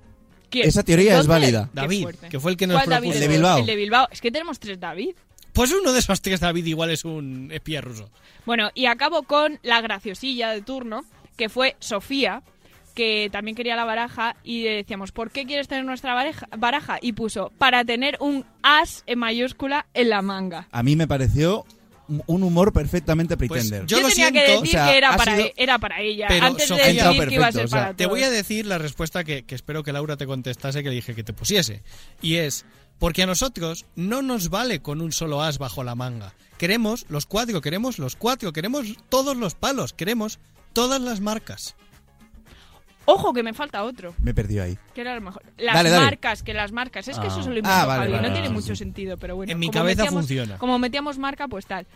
I: ¿Quién?
J: Esa teoría es
I: ¿Dónde?
J: válida.
I: Qué
A: David,
I: fuerte.
A: que fue el que nos
I: ¿Cuál David
A: propuso.
I: es?
A: El de Bilbao.
I: El de Bilbao. Es que tenemos tres David.
A: Pues uno de esos tres David igual es un espía ruso.
I: Bueno, y acabo con la graciosilla de turno, que fue Sofía, que también quería la baraja, y le decíamos, ¿por qué quieres tener nuestra baraja? baraja? Y puso, para tener un as en mayúscula en la manga.
J: A mí me pareció un- un humor perfectamente
I: Pues
J: pretender.
A: yo Yo lo
I: Tenía que
A: siento.
I: decir
J: O sea,
I: que era
J: ha
I: para, e-,
J: sido-
I: era para ella,
A: Pero
I: antes
A: Sofía-
I: de decir que iba a ser para
A: Te
I: todos.
A: voy a decir la respuesta que, que espero que Laura te contestase, que le dije que te pusiese. Y es, porque a nosotros no nos vale con un solo as bajo la manga. Queremos los cuatro, queremos los cuatro, queremos todos los palos, queremos todas las marcas.
I: Ojo, que me falta otro.
J: Me he perdido ahí.
I: Que era lo mejor. Las
A: Dale, dale.
I: marcas, que las marcas. Es que
A: Ah.
I: eso se lo
A: Ah,
I: inventó
A: vale,
I: Fabio,
A: vale,
I: no
A: vale,
I: tiene
A: sí,
I: mucho
A: sí.
I: sentido, pero bueno.
A: En mi
I: como
A: cabeza
I: metíamos-
A: funciona.
I: Como metíamos marca, pues tal.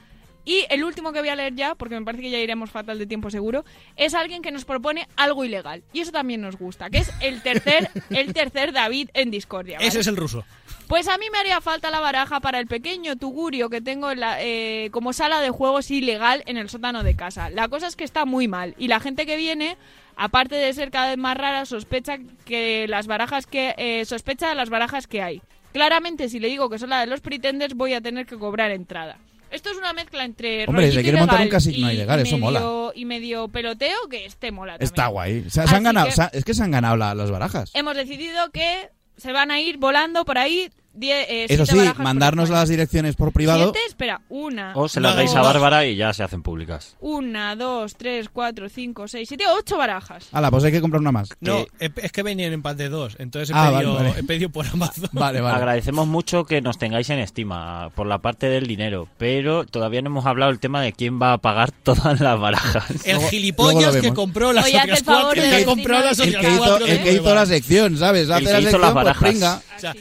I: Y el último que voy a leer ya, porque me parece que ya iremos fatal de tiempo seguro, es alguien que nos propone algo ilegal. Y eso también nos gusta, que es el tercer, el tercer David en discordia. ¿vale?
A: Ese es el ruso.
I: Pues a mí me haría falta la baraja para el pequeño tugurio que tengo en la- eh, como sala de juegos ilegal en el sótano de casa. La cosa es que está muy mal y la gente que viene, aparte de ser cada vez más rara, sospecha que las barajas que eh, sospecha de las barajas que hay. Claramente, si le digo que son la de los pretenders, voy a tener que cobrar entrada. Esto es una mezcla entre
J: Hombre,
I: rollito
J: se quiere montar un
I: ilegal
J: casino
I: y
J: ilegal, eso
I: medio-
J: mola.
I: Y medio peloteo que este mola. también.
J: Está guay. O sea, se
I: Así
J: han ganado,
I: que-
J: se han- es que se han ganado la- las barajas.
I: Hemos decidido que se van a ir volando por ahí. die- eh,
J: Eso
I: siete
J: sí,
I: barajas por
J: mandarnos las direcciones por privado.
I: Siete, espera, una.
A: Oh,
L: O se las
I: dos,
L: dais a Bárbara y ya se hacen públicas.
I: Una, dos, tres, cuatro, cinco, seis, siete, ocho barajas.
J: Ala, pues hay que comprar una más.
A: No, he- es que venían en paz de dos, entonces he,
J: Ah,
A: pedido,
J: vale, vale.
A: he pedido por Amazon.
L: Agradecemos mucho que nos tengáis en estima por la parte del dinero, pero todavía no hemos hablado el tema de quién va a pagar todas las barajas.
A: El gilipollas
L: luego lo
A: que
L: vemos.
A: compró las
I: Oye, haz el
A: otras
I: favor
A: cuatro.
I: de
A: que
I: decirnos-
A: compró las
J: El
A: otras
J: que hizo,
A: cuatro,
J: el
A: ¿no?
J: que hizo la sección, ¿sabes? Hace
L: El que
J: la
L: hizo
J: sección,
L: las
J: pues
L: barajas.
J: pringa.
A: O sea,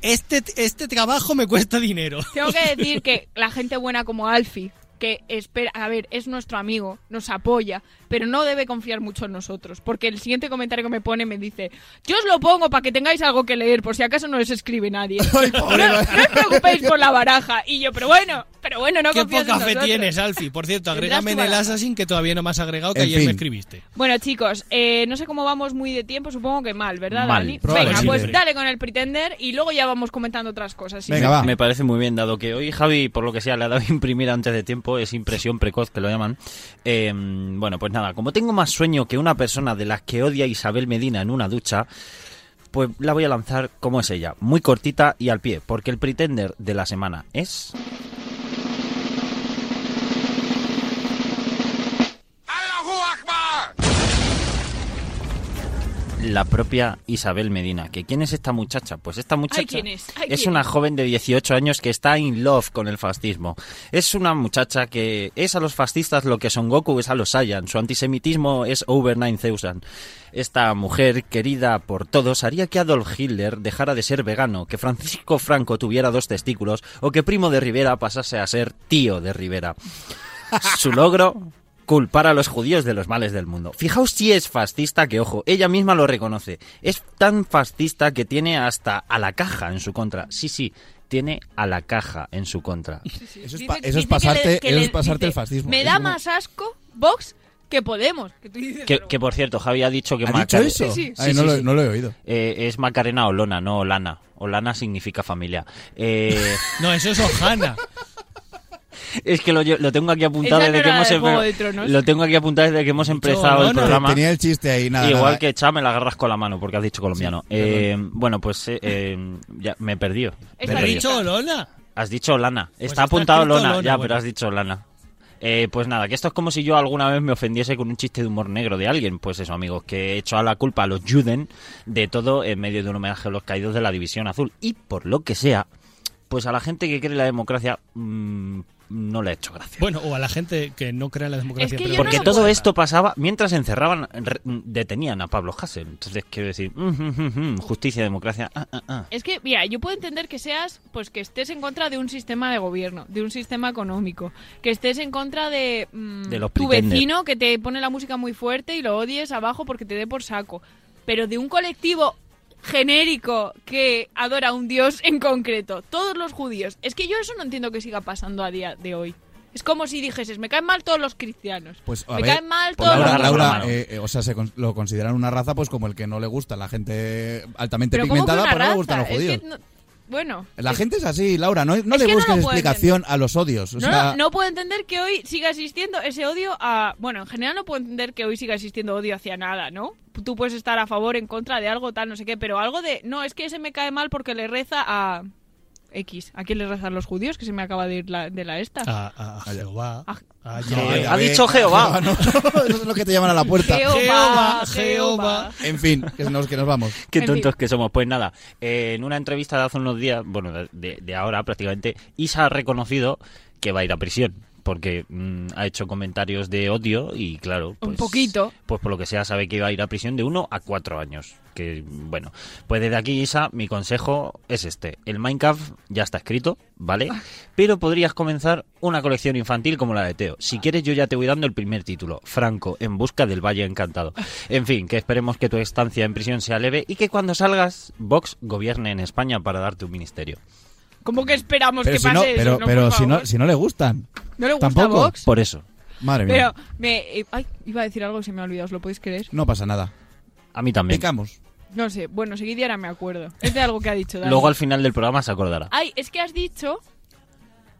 A: este, este trabajo me cuesta dinero.
I: Tengo que decir que la gente buena como Alfie, que espera, a ver, es nuestro amigo, nos apoya, pero no debe confiar mucho en nosotros, porque el siguiente comentario que me pone me dice, yo os lo pongo para que tengáis algo que leer, por si acaso no les escribe nadie. no, no os preocupéis por la baraja. Y yo, pero bueno, pero bueno, no
A: Qué
I: confías en
A: poca fe
I: nosotros.
A: tienes, Alfie. Por cierto,
I: Tendrás
A: agrégame
I: tu
A: en el
I: baraja.
A: Assassin que todavía no me has agregado, que
J: En
A: ayer
J: fin.
A: me escribiste.
I: Bueno, chicos, eh, no sé cómo vamos muy de tiempo, supongo que mal, ¿verdad,
L: Mal,
I: Dani?
L: probable,
I: Venga,
L: sí.
I: pues dale con el Pretender y luego ya vamos comentando otras cosas. ¿sí?
L: me, me parece muy bien, dado que hoy Javi, por lo que sea, le ha dado a imprimir antes de tiempo, es impresión precoz que lo llaman. Eh, bueno, pues nada, como tengo más sueño que una persona de las que odia Isabel Medina en una ducha, pues la voy a lanzar como es ella, muy cortita y al pie, porque el pretender de la semana es... La propia Isabel Medina. ¿Que ¿Quién es esta muchacha? Pues esta muchacha
I: Ay, ¿quién es? Ay,
L: es
I: ¿quién
L: una
I: es?
L: joven de 18 años que está in love con el fascismo. Es una muchacha que es a los fascistas lo que Son Goku es a los Saiyan. Su antisemitismo es over 9000. Esta mujer, querida por todos, haría que Adolf Hitler dejara de ser vegano, que Francisco Franco tuviera dos testículos o que Primo de Rivera pasase a ser tío de Rivera. Su logro, culpar a los judíos de los males del mundo. Fijaos si es fascista que, ojo, ella misma lo reconoce. Es tan fascista que tiene hasta a la caja en su contra. Sí, sí, tiene a la caja en su contra.
J: Eso es,
I: Dice-
J: pa- eso es
I: dice que
J: pasarte,
I: le- que
J: eso
I: le-
J: es pasarte
I: dice,
J: el fascismo.
I: Me
J: Es
I: da
J: como-
I: más asco Vox que Podemos. Que tú dices,
L: Que, que, por cierto, Javi ha dicho que
J: ¿Ha dicho
L: Macarena-
J: eso? Sí, sí. Ay, no lo- no lo he oído.
L: Eh, es Macarena Olona, no Olana. Olana significa familia. Eh,
A: No, eso es Ojana.
L: es que lo, lle- lo tengo aquí apuntado
A: Esa no
L: desde que
A: era
L: hemos
A: de
L: empe-
A: Juego de Tronos.
L: lo tengo aquí apuntado desde que hemos empezado el
J: Olona.
L: programa.
J: Tenía el chiste ahí, nada,
L: Igual
J: nada.
L: que Chá me la agarras con la mano porque has dicho colombiano. Eh, bueno, pues eh, eh, ya me he perdido. Me he
A: ¿Te ha
L: perdido.
A: dicho Lola?
L: Has dicho Olana.
A: Pues
L: está
A: está
L: apuntado
A: escrito
L: Lona,
A: Olona,
L: ya,
A: bueno.
L: pero has dicho Olana. Eh, pues nada, que esto es como si yo alguna vez me ofendiese con un chiste de humor negro de alguien. Pues eso, amigos, que he hecho a la culpa a los Juden de todo en medio de un homenaje a los caídos de la División Azul. Y por lo que sea, pues a la gente que cree en la democracia mm, no le ha hecho gracia.
A: Bueno, o a la gente que no crea en la democracia. pero-
L: Porque todo esto pasaba mientras encerraban, re- detenían a Pablo Hassel. Entonces quiero decir, mm, mm, mm, mm, justicia, democracia. ah, ah, ah.
I: Es que, mira, yo puedo entender que seas, pues que estés en contra de un sistema de gobierno, de un sistema económico, que estés en contra de, mm,
L: De los
I: tu
L: pretender.
I: vecino que te pone la música muy fuerte y lo odies abajo porque te dé por saco, pero de un colectivo genérico que adora a un dios en concreto, todos los judíos. Es que yo eso no entiendo que siga pasando a día de hoy. Es como si dijeses, me caen mal todos los cristianos.
J: Pues a
I: me
J: ver,
I: caen mal
J: pues,
I: todos
J: Laura,
I: los
J: Laura,
I: musulmanes".
J: eh, eh, o sea, se con- lo consideran una raza pues como el que no le gusta la gente altamente
I: Pero ¿cómo que
J: pigmentada,
I: una
J: pero no le
I: raza?
J: gustan los
I: Es que
J: judíos.
I: no- bueno,
J: La gente es así, Laura, no, no
I: es
J: le
I: que no
J: busques
I: lo puedo
J: explicación a los odios. O
I: No,
J: sea,
I: no, no puedo entender que hoy siga existiendo ese odio a... Bueno, en general no puedo entender que hoy siga existiendo odio hacia nada, ¿no? Tú puedes estar a favor, en contra de algo, tal, no sé qué, pero algo de... No, es que ese me cae mal porque le reza a... X. ¿A quién le rezan los judíos? Que se me acaba de ir la- de la esta.
A: A, a Jehová. A
J: Joder,
A: Yahvé.
J: a ver, Jehová, no, eso es lo que te llaman a la puerta.
I: Jehová, Jehová.
J: En fin, que nos, que nos vamos.
L: Qué
I: En
L: tontos que somos. Pues nada, eh, en una entrevista de hace unos días, bueno, de- de, de ahora prácticamente, Isa ha reconocido que va a ir a prisión porque mm, ha hecho comentarios de odio y claro, pues,
I: Un poquito.
L: pues por lo que sea sabe que iba a ir a prisión de uno a cuatro años. Que bueno, pues desde aquí Isa, mi consejo es este: el Minecraft ya está escrito, ¿vale? Pero podrías comenzar una colección infantil como la de Teo. Si quieres, yo ya te voy dando el primer título: Franco, en busca del Valle Encantado. En fin, que esperemos que tu estancia en prisión sea leve y que cuando salgas, Vox gobierne en España para darte un ministerio.
I: ¿Cómo que esperamos
J: Pero
I: que
J: si
I: pase
J: no,
I: eso?
J: pero,
I: No,
J: pero
I: por
J: si no,
I: favor.
J: si no le gustan.
I: ¿No le gusta
J: ¿Tampoco?
I: Vox?
L: Por eso.
J: Madre mía.
I: Pero me... eh, ay, iba a decir algo, se me ha olvidado, ¿os lo podéis creer?
J: No pasa nada.
L: A mí también.
J: Pecamos.
I: No sé, bueno, seguid y ahora me acuerdo. Es de algo que ha dicho Dani.
L: Luego al final del programa se acordará.
I: Ay, es que has dicho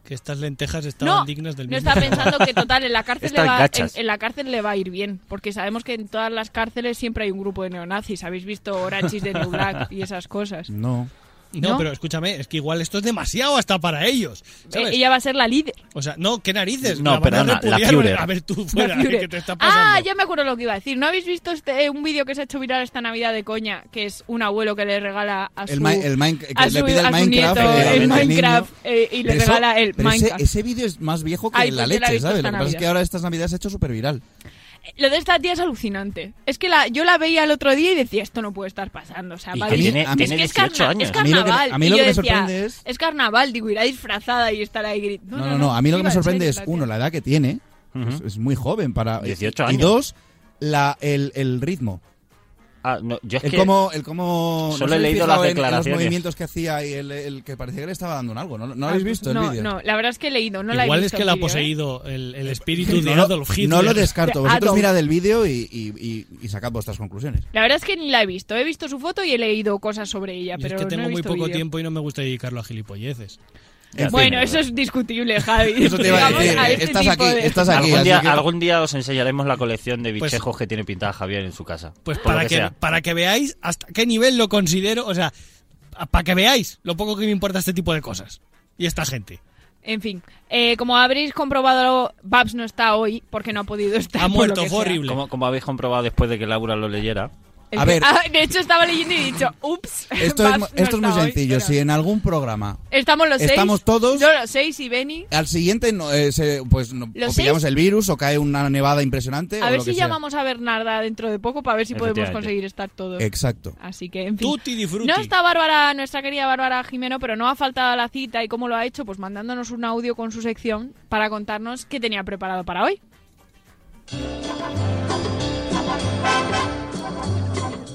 A: Que estas lentejas estaban
I: no,
A: dignas del
I: no
A: mismo.
I: está pensando que total en la cárcel le
A: Están
I: va, en,
A: gachas.
I: en la cárcel le va a ir bien, porque sabemos que en todas las cárceles siempre hay un grupo de neonazis. Habéis visto Orachis de New Black y esas cosas.
J: No.
A: No,
I: ¿No?
A: pero escúchame, es que igual esto es demasiado hasta para ellos. ¿sabes?
I: Eh, Ella va a ser la líder.
A: O sea, no, qué narices.
L: No,
A: la van
L: perdona,
A: a
L: la
A: repudiar.
L: Führer.
A: A ver tú
I: La
A: fuera,
I: Führer.
A: ¿qué te está pasando?
I: Ah, ya me acuerdo lo que iba a decir. ¿No habéis visto este, eh, un vídeo que se ha hecho viral esta Navidad de coña? Que es un abuelo que le regala a su
J: El, mi- el Mine- que
I: a
J: le
I: su-
J: pide
I: a
J: el
I: su
J: Minecraft.
I: nieto
J: eh,
I: el
J: al niño.
I: Minecraft eh, y le
J: Pero eso-
I: regala el
J: pero ese-
I: Minecraft.
J: Ese, vídeo es más viejo que
I: Ay,
J: la
I: pues yo la he
J: leche,
I: visto
J: ¿sabes? Lo
I: esta
J: que pasa es que
I: Navidad.
J: ahora estas navidades se ha hecho súper viral.
I: Lo de esta tía es alucinante. Es que la, yo la veía el otro día y decía, esto no puede estar pasando. O sea,
J: Y
I: va
J: que
I: de-
J: tiene-
I: es
J: tiene
I: que es
J: 18
I: carna-
J: años.
I: Es
J: A mí lo que me-
I: carnaval.
J: a mí
I: Y
J: lo
I: yo
J: que me
I: decía,
J: sorprende es-
I: carnaval, digo, irá disfrazada y estará ahí gritando.
J: No, no, no. A mí lo que me
I: iba en
J: sorprende
I: serio,
J: es,
I: la tía.
J: uno, la edad que tiene. es, es muy joven para.
L: 18
J: Y
L: años.
J: dos, la, el, el ritmo.
L: Ah, no, yo es
J: el
L: que
J: cómo. El cómo ¿no
L: solo he
J: os habéis
L: leído
J: fijado
L: las
J: en- en
L: declaraciones.
J: los movimientos que hacía y el, el que parecía que le estaba dando un algo. ¿No, ¿No lo habéis visto el
I: Ah, No,
J: vídeo?
I: no, la verdad es que he leído, no la he
A: Igual es
I: visto
A: que
I: el
A: la ha
I: vídeo, ¿eh?
A: poseído el, el espíritu de
J: no, lo-
A: Adolf Hitler.
J: no lo descarto.
I: De
J: Vosotros
I: Adolf.
J: mirad el vídeo y, y, y- y sacad vuestras conclusiones.
I: La verdad es que ni la he visto. He visto su foto y he leído cosas sobre ella,
A: Yo es
I: pero
A: que
I: no
A: tengo
I: he
A: muy
I: visto
A: poco
I: vídeo.
A: tiempo y no me gusta dedicarlo a gilipolleces.
I: Bueno, eso es discutible, Javi.
A: Eso te iba a
I: Vamos
A: decir,
I: este
A: estás
I: tipo
A: aquí,
I: de-
A: estás aquí.
L: algún,
A: así
L: día,
A: que-
L: algún día os enseñaremos la colección de bichejos que tiene pintada Javier en su casa.
A: Pues
L: Por lo
A: para
L: que
A: que,
L: sea.
A: para que veáis hasta qué nivel lo considero, o sea, para que veáis lo poco que me importa este tipo de cosas y esta gente.
I: En fin, eh, como habréis comprobado, Babs no está hoy porque no ha podido estar. por lo que sea.
L: Como, como habéis comprobado después de que Laura lo leyera.
I: El que- Ah, de hecho, estaba leyendo y he dicho, ups.
J: Esto
I: Babs
J: es, mu-
I: no
J: esto es muy
I: está hoy".
J: sencillo. Si en algún programa
I: Estamos los seis.
J: Estamos todos.
I: Yo los seis y Benny.
J: al siguiente no, eh, se- pues no,
I: Los
J: o pillamos
I: seis-
J: el virus o cae una nevada impresionante
I: A
J: o
I: ver
J: lo
I: si
J: que sea.
I: llamamos a Bernarda dentro de poco para ver si podemos
J: Efectivamente.
I: conseguir estar todos.
J: Exacto.
I: Así que, en fin.
A: Tutti di frutti.
I: No está Bárbara, nuestra querida Bárbara Jimeno, pero no ha faltado a la cita y cómo lo ha hecho, pues mandándonos un audio con su sección para contarnos qué tenía preparado para hoy.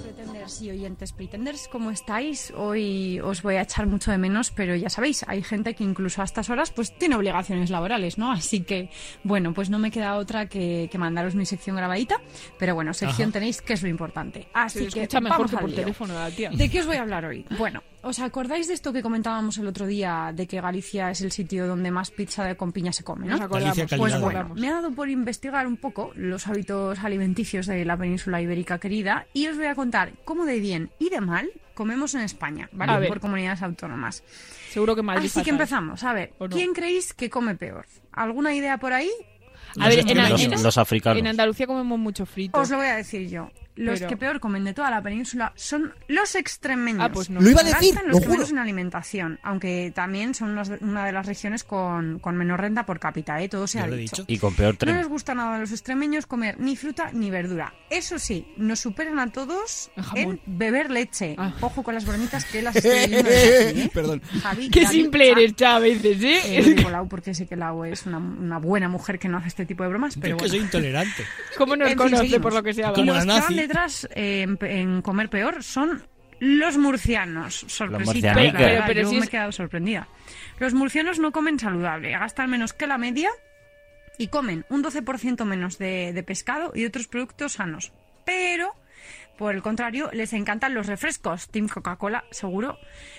M: Pretenders y oyentes Pretenders, ¿cómo estáis? Hoy os voy a echar mucho de menos, pero ya sabéis, hay gente que incluso a estas horas pues tiene obligaciones laborales, ¿no? Así que, bueno, pues no me queda otra que, que mandaros mi sección grabadita, pero bueno, sección
I: Ajá.
M: tenéis que es lo importante.
I: Se
M: Así Ah, que
I: escucha
M: vamos
I: mejor que
M: al
I: por
M: lío.
I: teléfono la tía.
M: ¿De qué os voy a hablar hoy? Bueno, ¿os acordáis de esto que comentábamos el otro día de que Galicia es el sitio donde más pizza de con piña se come,
I: Nos
M: ¿no?
I: acordamos, Galicia
M: pues
I: calidad.
M: bueno, me ha dado por investigar un poco los hábitos alimenticios de la península ibérica querida y os voy a contar cómo de bien y de mal comemos en España, ¿vale?
I: A ver.
M: Por comunidades autónomas.
I: Seguro que Madrid
M: Así que
I: fatal.
M: empezamos. A ver,
I: ¿O no?
M: ¿quién creéis que come peor? ¿Alguna idea por ahí?
I: A ver, en,
L: Los-
I: en-
L: los africanos.
I: en Andalucía comemos mucho frito.
M: Os lo voy a decir yo. Los
I: Pero-
M: que peor comen de toda la península son los extremeños.
I: Ah, pues no.
J: Lo iba a decir,
M: Gastan
J: lo
M: los que
J: juro.
M: menos en alimentación, aunque también son unas- una de las regiones con, con menor renta por cápita, ¿eh? Todo se
L: Ya
M: ha
L: lo he
M: dicho.
L: dicho. Y con peor tren.
M: No les gusta nada a los extremeños comer ni fruta ni verdura. Eso sí, nos superan a todos en beber leche.
I: Ah.
M: Ojo con las bromitas que las estoy leyendo de aquí, ¿eh?
J: Perdón.
M: Javi,
I: Qué
M: Gaby,
I: simple eres, Chávez, ¿eh?
M: Eh, lo digo Lau porque sé que Lau es una, una buena mujer que no hace este tipo de bromas, pero
A: Yo que
M: bueno.
A: soy intolerante.
I: ¿Cómo nos
M: En fin,
I: conoce
M: seguimos.
I: por lo que sea?
A: Como
M: los
A: la
M: que van
A: nazi.
M: detrás eh, en, en comer peor son los murcianos. Sorpresita,
L: murcianicas.
M: la verdad,
L: Pero-
I: pero
M: yo
I: si
M: me
I: es-
M: he quedado sorprendida. Los murcianos no comen saludable, gastan menos que la media y comen un 12% menos de, de pescado y otros productos sanos. Pero, por el contrario, les encantan los refrescos, Team Coca-Cola, seguro,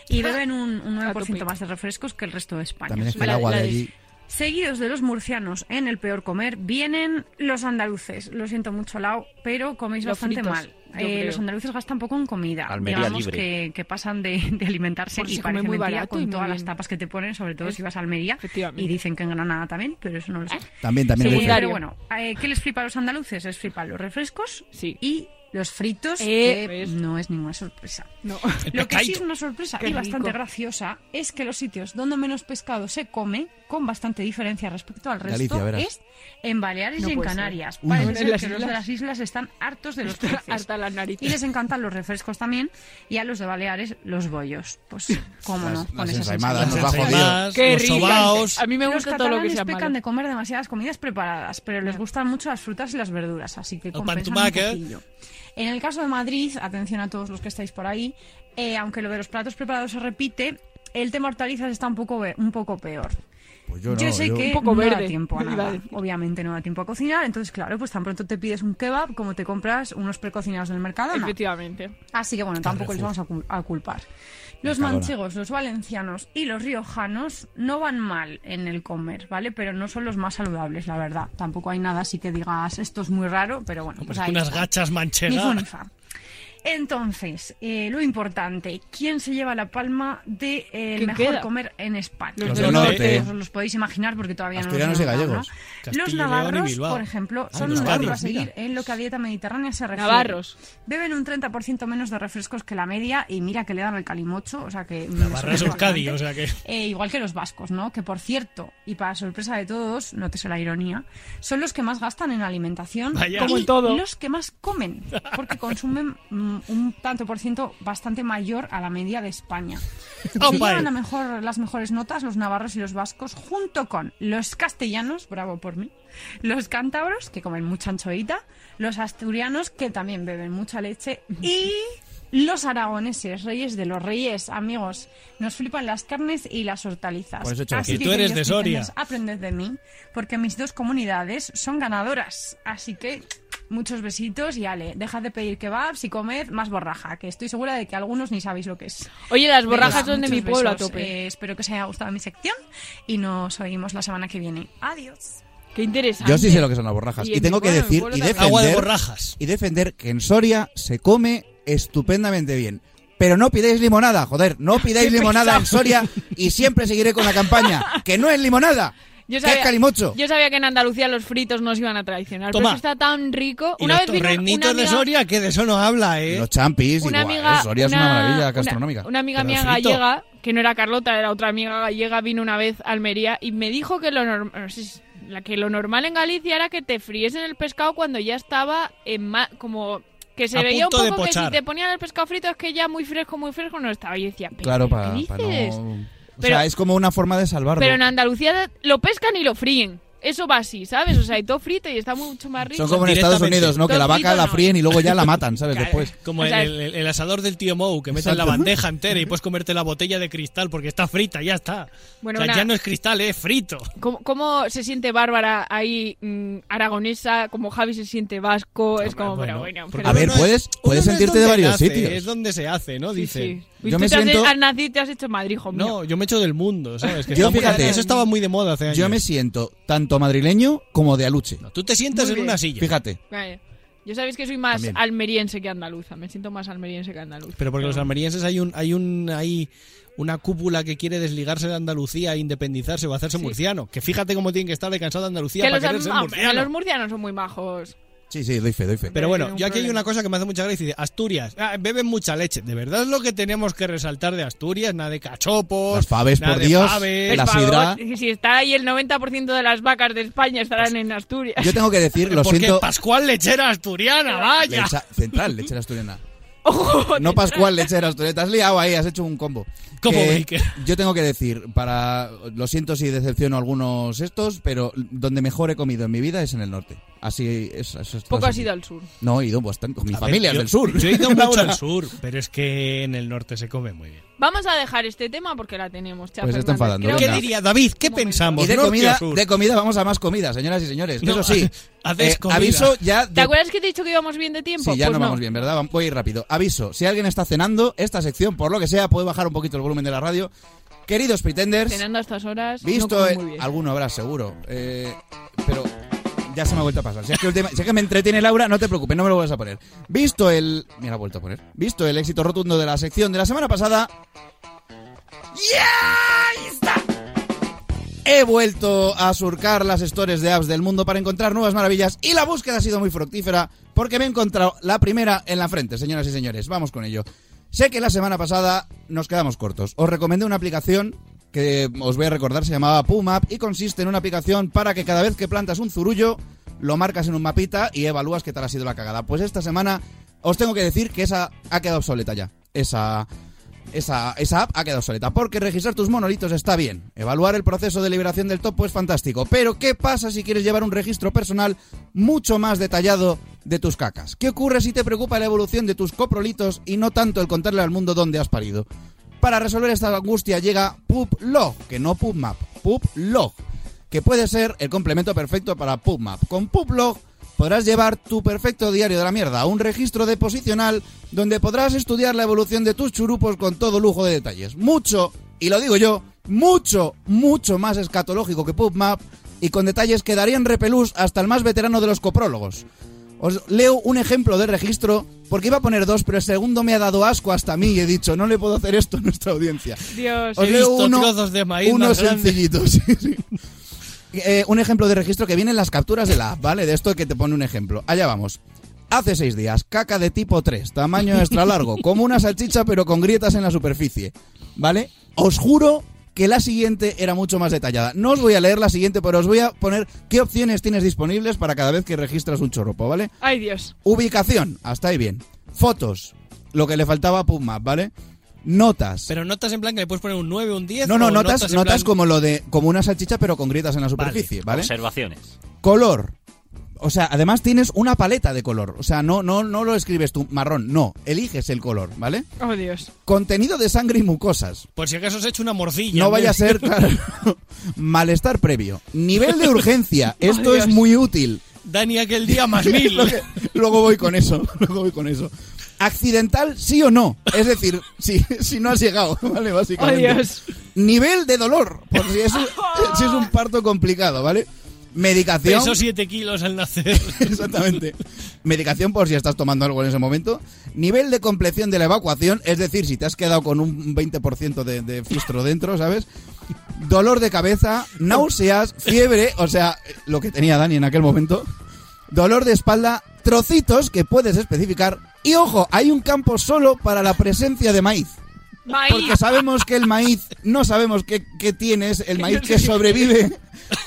M: y beben un, un
I: Ah, A
M: 9%
I: tope.
M: más de refrescos que el resto de España.
J: También está el agua de allí.
M: Seguidos de los murcianos en el peor comer vienen los andaluces. Lo siento mucho, Lau, pero coméis
I: Los
M: bastante
I: fritos,
M: mal.
I: yo
M: Eh,
I: creo.
M: los andaluces gastan poco en comida.
L: Almería
M: digamos
L: libre.
M: Que, que pasan de, de alimentarse
I: Porque
M: y
I: se come
M: parece
I: muy
M: mentira
I: barato
M: con
I: y muy
M: todas
I: bien.
M: las tapas que te ponen, sobre todo
I: Es-
M: si vas a Almería.
I: Efectivamente.
M: Y dicen que en Granada también, pero eso no lo sé.
J: También, también.
M: Sí,
J: lo dice.
M: pero bueno, eh, ¿qué les flipa a los andaluces? Les flipan los refrescos
I: Sí.
M: y los fritos,
I: Eh,
M: que
I: ¿ves?
M: no es ninguna sorpresa.
I: No.
M: Lo que sí es
A: pescadito.
M: una sorpresa
I: Qué
M: y bastante
I: rico.
M: graciosa es que los sitios donde menos pescado se come, con bastante diferencia respecto al resto,
J: Galicia, verás.
M: es en Baleares
I: No
M: y en
I: puede ser.
M: Canarias.
J: Uy.
M: Parece
I: Bueno,
M: ser
I: en las
M: que los de
I: islas.
M: las islas están hartos de los dulces.
I: Hasta las
M: Y
I: narices.
M: les encantan los refrescos también, y a los de Baleares los bollos. Pues, cómo no,
J: Las-
M: con
J: las
M: esas
J: ensaimadas,
M: ensaladas.
J: nos va jodido.
A: Además,
I: Qué
A: los
I: rico.
A: sobaos.
I: A mí me
M: los
I: gusta todo lo que
M: catalanes
I: sea
M: pecan
I: malo. Ah.
M: de comer demasiadas comidas preparadas, pero les gustan mucho las frutas y las verduras, así que
A: Los
M: compensan un
A: pantumaques.
M: poquillo. En el caso de Madrid, atención a todos los que estáis por ahí, eh, aunque lo de los platos preparados se repite, el tema hortalizas está un poco, ve- un poco peor.
J: Pues yo
M: Yo,
J: no,
M: sé
J: yo-
M: que
I: Un poco
M: no da
I: verde,
M: tiempo a
I: iba a
M: nada.
I: decir.
M: Obviamente no da tiempo a cocinar, entonces claro, pues tan pronto te pides un kebab como te compras unos precocinados en el mercado.
I: Efectivamente.
M: Así que bueno, tampoco les vamos a, cul- a culpar. Los
J: Mercadona.
M: manchegos, los valencianos y los riojanos no van mal en el comer, ¿vale? Pero no son los más saludables, la verdad. Tampoco hay nada así que digas esto es muy raro, pero bueno, pues
A: Pues
M: ahí
A: unas
M: está.
A: gachas
M: Ni fu ni
A: manchegas.
M: fa. Entonces, eh, lo importante, ¿quién se lleva la palma de eh, el
I: ¿Quién
M: mejor
I: queda?
M: comer en España?
I: Los
J: Los del del norte. norte.
M: Os los podéis imaginar porque todavía
J: Asturianos
M: no
J: y
M: los hemos
J: gallegos.
M: dado, ¿no?
A: Castilla y
M: Los
A: León y
M: navarros,
A: Bilbao.
M: por ejemplo,
J: Ah,
M: son
J: los
M: los
J: cádiz,
M: navarros a seguir
J: mira.
M: en lo que a dieta mediterránea se refiere.
I: Navarros.
M: Beben un 30% menos de refrescos que la media y mira que le dan al calimocho, o sea que... me
A: Navarra es
M: sorprende
A: Euskadi,
M: bastante.
A: o sea que.
M: Eh, igual que los vascos, ¿no? Que por cierto, y para sorpresa de todos, nótese la ironía, son los que más gastan en alimentación,
A: Vaya.
M: como
A: Como
I: en todo.
M: los que más comen, porque consumen mm, un tanto por ciento bastante mayor a la media de España. Se
A: Opa,
M: llevan la mejor, las mejores notas los navarros y los vascos, junto con los castellanos, bravo por mí, los cántabros, que comen mucha anchoita, los asturianos, que también beben mucha leche, y los aragoneses, reyes de los reyes, amigos. Nos flipan las carnes y las hortalizas.
J: Por eso he hecho
A: aquí. Pues Tú eres de
M: queridos
A: Soria.
M: vecinos, Aprended de mí, porque mis dos comunidades son ganadoras. Así que muchos besitos y ale, dejad de pedir kebabs y comed más borraja, que estoy segura de que algunos ni sabéis lo que es.
I: Oye, las borrajas
M: Venga,
I: son de mi
M: muchos
I: pueblo a
M: besos.
I: tope.
M: Eh, espero que os haya gustado mi sección y nos oímos la semana que viene. Adiós.
I: Qué interesante.
J: Yo sí sé lo que son las borrajas.
I: Y
J: Y,
I: en mi
J: tengo que
I: pueblo, en mi
J: decir
I: pueblo
J: y
I: también.
A: Agua de
J: defender,
A: borrajas.
J: y defender que en Soria se come estupendamente bien. Pero no pidáis limonada, joder, no pidáis
I: Qué
J: limonada en
I: pesado.
J: Soria y siempre seguiré con la campaña. Que no es limonada,
I: Yo
J: que es
I: sabía-
J: calimocho.
I: Yo sabía que en Andalucía los fritos nos iban a traicionar.
A: Toma.
I: Pero eso está tan rico.
A: Y
I: una
A: los
I: vez vino una
A: torrenitos de
I: amiga-
A: Soria, que de eso no habla,
J: Y
A: ¿eh?
J: Los champis,
I: una
J: igual, ¿eh?
I: amiga,
J: Soria es una maravilla gastronómica.
I: Una, amiga
A: Pero
I: mía
A: el frito.
I: gallega, que no era Carlota, era otra amiga gallega, vino una vez a Almería y me dijo que lo, norm- no sé si- la- que lo normal en Galicia era que te friesen el pescado cuando ya estaba en ma- como que se
A: A
I: veía un
A: punto de
I: poco que si
A: pochar.
I: te ponían el pescado frito es que ya muy fresco, muy fresco no estaba. Y yo decía, "¿Pero
J: Claro,
I: qué
J: para
I: dices?
J: no... O
I: Pero-
J: sea, es como una forma de salvarlo.
I: Pero en Andalucía lo pescan y lo fríen. Eso va así, ¿sabes? O sea, y todo frito y está mucho más rico.
J: Son como en Estados
A: Directamente.
J: Unidos, ¿no? Que la
I: Dos
J: vaca
I: fritos,
J: la
I: no.
J: fríen y luego ya la matan, ¿sabes?
A: Claro,
J: Pues Después.
A: Como
I: O sea,
A: el, el- el asador del tío Mou, que meten la
J: Exacto.
A: bandeja entera y puedes comerte la botella de cristal porque está frita, ya está.
I: Bueno,
A: o sea,
I: una-
A: ya no es cristal, es frito.
I: ¿Cómo, cómo se siente Bárbara ahí mm, aragonesa? Como Javi se siente vasco? Es como, bueno, bueno.
A: porque
I: pero
J: A ver,
A: uno es-
J: puedes-
A: uno
J: puedes
A: no es
J: sentirte de
A: donde
J: varios
A: nace,
J: sitios.
A: Es donde se hace, ¿no?
I: sí,
A: Dice.
I: sí. Y
J: Yo
I: tú
J: me
I: te has-
J: siento-
I: al nací te has hecho en Madrid, hijo mío.
A: No, yo me echo del mundo, ¿sabes? Que
J: Yo,
A: está muy-
J: fíjate,
A: eso estaba muy de moda hace años.
J: Yo me siento tanto madrileño como de aluche.
A: No, tú te sientas
I: Muy
A: en
I: bien.
A: una silla.
J: Fíjate.
I: Vale. Yo sabéis que soy más
A: También.
I: almeriense que andaluza. Me siento más almeriense que andaluza.
A: Pero porque los almerienses hay un hay un hay una cúpula que quiere desligarse de Andalucía, e independizarse o hacerse
I: Sí.
A: murciano. Que fíjate cómo tienen que estar de cansado de Andalucía
I: que
A: para
I: los,
A: querer ser
I: alm-
A: murciano.
I: los murcianos son muy majos.
J: Sí, sí, doy fe, doy fe.
A: Pero
I: tiene
A: bueno,
I: un
A: yo aquí hay
I: problema.
A: una cosa que me hace mucha gracia. Dice, Asturias, ah, beben mucha leche. ¿De verdad es lo que tenemos que resaltar de Asturias? Nada de cachopos.
J: Las faves,
A: nada
J: por
A: de
J: Dios,
A: faves.
J: la
I: Por
J: sidra.
I: favor, Si está ahí el 90% de las vacas de España estarán en Asturias.
J: Pues, Yo tengo que decir, lo
A: Porque
J: siento.
A: Pascual Lechera Asturiana, vaya.
J: Lecha- central, lechera asturiana. no Pascual, lechera asturiana. Te has liado ahí, has hecho un combo.
A: Combo
J: Que
A: breaker.
J: yo tengo que decir, para lo siento si decepciono a algunos estos, pero donde mejor he comido en mi vida es en el norte. Así es. eso es-
I: Poco
J: así.
I: has ido al sur.
J: No, he ido bastante. Con mi
A: A ver,
J: familia es
A: yo-
J: del sur.
A: Yo he ido mucho
J: Laura.
A: al sur, pero es que en el norte se come muy bien.
I: Vamos a dejar este tema porque la tenemos. Chao,
J: Pues se está
I: Fernández.
J: enfadando.
I: Creo
A: ¿Qué
J: venga.
A: diría David? ¿Qué pensamos?
J: Y de
A: ¿Norte o
J: comida,
A: sur?
J: de comida vamos a más comida, señoras y señores.
A: No,
J: Eso sí, eh,
A: haces comida.
J: aviso ya
I: ¿Te
J: de
I: acuerdas que te he dicho que íbamos bien de tiempo?
J: Sí, ya
I: pues
J: no vamos bien, ¿verdad? Vam- Voy a ir rápido. Aviso, si alguien está cenando, esta sección, por lo que sea, puede bajar un poquito el volumen de la radio. Queridos pretenders,
I: Cenando a estas horas. no
J: visto
I: como
J: eh,
I: muy bien.
J: alguno habrá seguro, eh, pero ya se me ha vuelto a pasar. Si es, que última- si es que me entretiene Laura, no te preocupes, no me lo vuelvas a poner. Visto el... Me la he vuelto a poner. Visto el éxito rotundo de la sección de la semana pasada... ¡Ya está! He vuelto a surcar las stores de apps del mundo para encontrar nuevas maravillas y la búsqueda ha sido muy fructífera porque me he encontrado la primera en la frente, señoras y señores. Vamos con ello. Sé que la semana pasada nos quedamos cortos. Os recomendé una aplicación que os voy a recordar, se llamaba PUMAP y consiste en una aplicación para que cada vez que plantas un zurullo lo marcas en un mapita y evalúas qué tal ha sido la cagada. Pues esta semana os tengo que decir que esa ha quedado obsoleta ya. Esa esa, esa app ha quedado obsoleta. Porque registrar tus monolitos está bien. Evaluar el proceso de liberación del topo es fantástico. Pero, ¿qué pasa si quieres llevar un registro personal mucho más detallado de tus cacas? ¿Qué ocurre si te preocupa la evolución de tus coprolitos y no tanto el contarle al mundo dónde has parido? Para resolver esta angustia llega PubLog, que no PubMap, PubLog, que puede ser el complemento perfecto para PubMap. Con PubLog podrás llevar tu perfecto diario de la mierda, un registro de posicional donde podrás estudiar la evolución de tus churupos con todo lujo de detalles. Mucho, y lo digo yo, mucho, mucho más escatológico que PubMap y con detalles que darían repelús hasta el más veterano de los coprólogos. Os leo un ejemplo de registro, porque iba a poner dos, pero el segundo me ha dado asco hasta a mí y he dicho, no le puedo hacer esto a nuestra audiencia.
I: Dios.
J: Os
A: He
J: leo
A: visto
J: uno,
A: trozos de maíz
J: uno
A: más grandes.
J: sencillito, sí, sí. Eh, un ejemplo de registro que viene en las capturas de la app, ¿vale? De esto que te pone un ejemplo. Allá vamos. Hace seis días, caca de tipo 3, tamaño extra largo, como una salchicha pero con grietas en la superficie, ¿vale? Os juro que la siguiente era mucho más detallada. No os voy a leer la siguiente, pero os voy a poner qué opciones tienes disponibles para cada vez que registras un chorropo, ¿vale?
I: Ay, Dios.
J: Ubicación, hasta ahí bien. Fotos, lo que le faltaba a PubMap, ¿vale? Notas.
A: Pero notas en plan que le puedes poner un 9, un 10.
J: No, no,
A: o
J: notas, notas,
A: en plan-
J: como lo de como una salchicha pero con grietas en la superficie, ¿vale?
L: Observaciones.
J: Color. O sea, además tienes una paleta de color, o sea, no no no lo escribes tú marrón, no, eliges el color, ¿vale?
I: Oh, Dios.
J: Contenido de sangre y mucosas.
A: Por si acaso has hecho una morcilla.
J: No
A: hombre.
J: vaya a ser, claro, malestar previo. Nivel de urgencia, esto es muy útil.
A: Dani aquel día más mil.
J: Lo que- luego voy con eso, luego voy con eso. Accidental sí o no, es decir, si, si no has llegado, ¿vale? Básicamente.
I: Oh, Dios.
J: Nivel de dolor, por si es un, si es un parto complicado, ¿vale? Medicación.
A: Peso 7 kilos al nacer.
J: Exactamente. Medicación por si estás tomando algo en ese momento. Nivel de compleción de la evacuación, es decir, si te has quedado con un 20% de, de fistro dentro, ¿sabes? Dolor de cabeza, náuseas, fiebre, o sea, lo que tenía Dani en aquel momento. Dolor de espalda, trocitos que puedes especificar. Y ojo, hay un campo solo para la presencia de maíz.
I: Maíz.
J: Porque sabemos que el maíz, no sabemos qué, qué tiene, es el maíz que sobrevive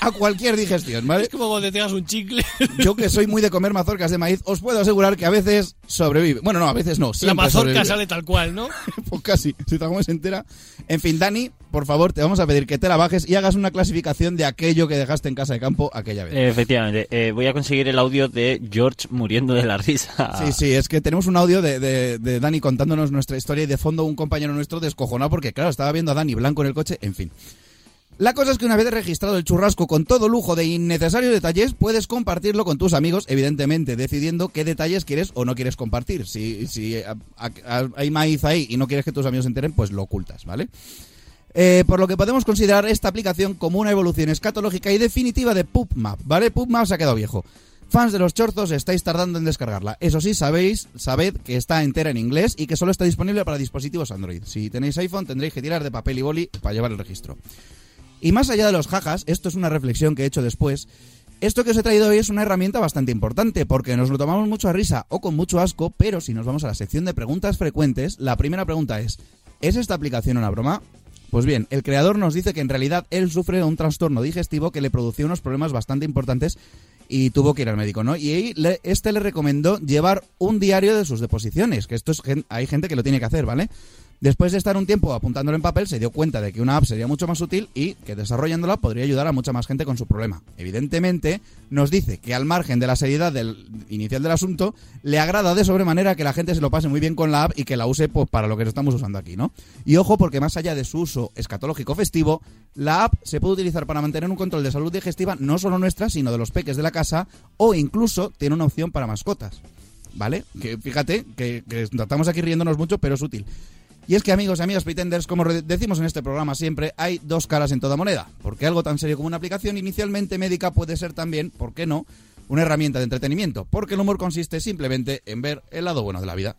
J: a cualquier digestión, ¿vale?
A: Es como cuando te pegas un chicle.
J: Yo que soy muy de comer mazorcas de maíz, os puedo asegurar que a veces sobrevive. Bueno, no, a veces no.
A: La
J: siempre
A: mazorca
J: sobrevive.
A: sale tal cual, ¿no?
J: Pues casi, si te la comes entera. En fin, Dani, por favor, te vamos a pedir que te la bajes y hagas una clasificación de aquello que dejaste en casa de campo aquella vez.
L: Efectivamente, eh, voy a conseguir el audio de George muriendo de la risa.
J: Sí, sí, es que tenemos un audio de, de- de Dani contándonos nuestra historia y de fondo un compañero nuestro descojonado porque, claro, estaba viendo a Dani blanco en el coche, en fin. La cosa es que una vez registrado el churrasco con todo lujo de innecesarios detalles, puedes compartirlo con tus amigos, evidentemente decidiendo qué detalles quieres o no quieres compartir. Si, si eh, a- a- hay maíz ahí y no quieres que tus amigos se enteren, pues lo ocultas, ¿vale? Eh, por lo que podemos considerar esta aplicación como una evolución escatológica y definitiva de PubMap, ¿vale? PubMap se ha quedado viejo. Fans de los chorzos, estáis tardando en descargarla. Eso sí, sabéis, sabed que está entera en inglés y que solo está disponible para dispositivos Android. Si tenéis iPhone tendréis que tirar de papel y boli para llevar el registro. Y más allá de los jajas, esto es una reflexión que he hecho después, esto que os he traído hoy es una herramienta bastante importante porque nos lo tomamos mucho a risa o con mucho asco, pero si nos vamos a la sección de preguntas frecuentes, la primera pregunta es, ¿es esta aplicación una broma? Pues bien, el creador nos dice que en realidad él sufre un trastorno digestivo que le producía unos problemas bastante importantes y tuvo que ir al médico, ¿no? Y ahí le- este le recomendó llevar un diario de sus deposiciones, que esto es gen- hay gente que lo tiene que hacer, ¿vale? Después de estar un tiempo apuntándolo en papel, se dio cuenta de que una app sería mucho más útil y que desarrollándola podría ayudar a mucha más gente con su problema. Evidentemente, nos dice que al margen de la seriedad del inicial del asunto, le agrada de sobremanera que la gente se lo pase muy bien con la app y que la use pues, para lo que estamos usando aquí, ¿no? Y ojo, porque más allá de su uso escatológico festivo, la app se puede utilizar para mantener un control de salud digestiva no solo nuestra, sino de los peques de la casa, o incluso tiene una opción para mascotas. ¿Vale? Que fíjate que, que estamos aquí riéndonos mucho, pero es útil. Y es que amigos y amigas pretenders, como re- decimos en este programa siempre, hay dos caras en toda moneda, porque algo tan serio como una aplicación inicialmente médica puede ser también, ¿por qué no?, una herramienta de entretenimiento, porque el humor consiste simplemente en ver el lado bueno de la vida.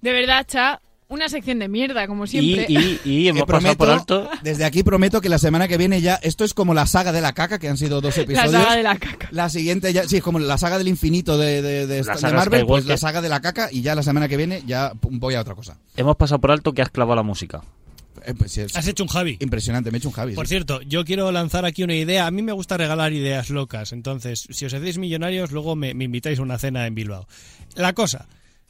I: De verdad, cha, una sección de mierda, como siempre.
J: y hemos
L: pasado por
J: alto. Desde aquí prometo que la semana que viene ya, esto es como la saga de la caca, que han sido dos
I: la
J: episodios.
I: saga de la caca.
J: La siguiente ya, sí, es como la saga del infinito de, de, de-
L: La
J: de
L: saga
J: Marvel, pues
L: Skywalker.
J: la saga de la caca y ya la semana que viene ya pum, voy a otra cosa.
L: Hemos pasado por alto que has clavado la música.
J: Eh, pues sí, es
A: Has hecho un Javi.
J: impresionante, me he hecho un Javi.
A: Por
J: sí.
A: cierto, yo quiero lanzar aquí una idea. A mí me gusta regalar ideas locas. Entonces, si os hacéis millonarios, luego me, me invitáis a una cena en Bilbao. La cosa,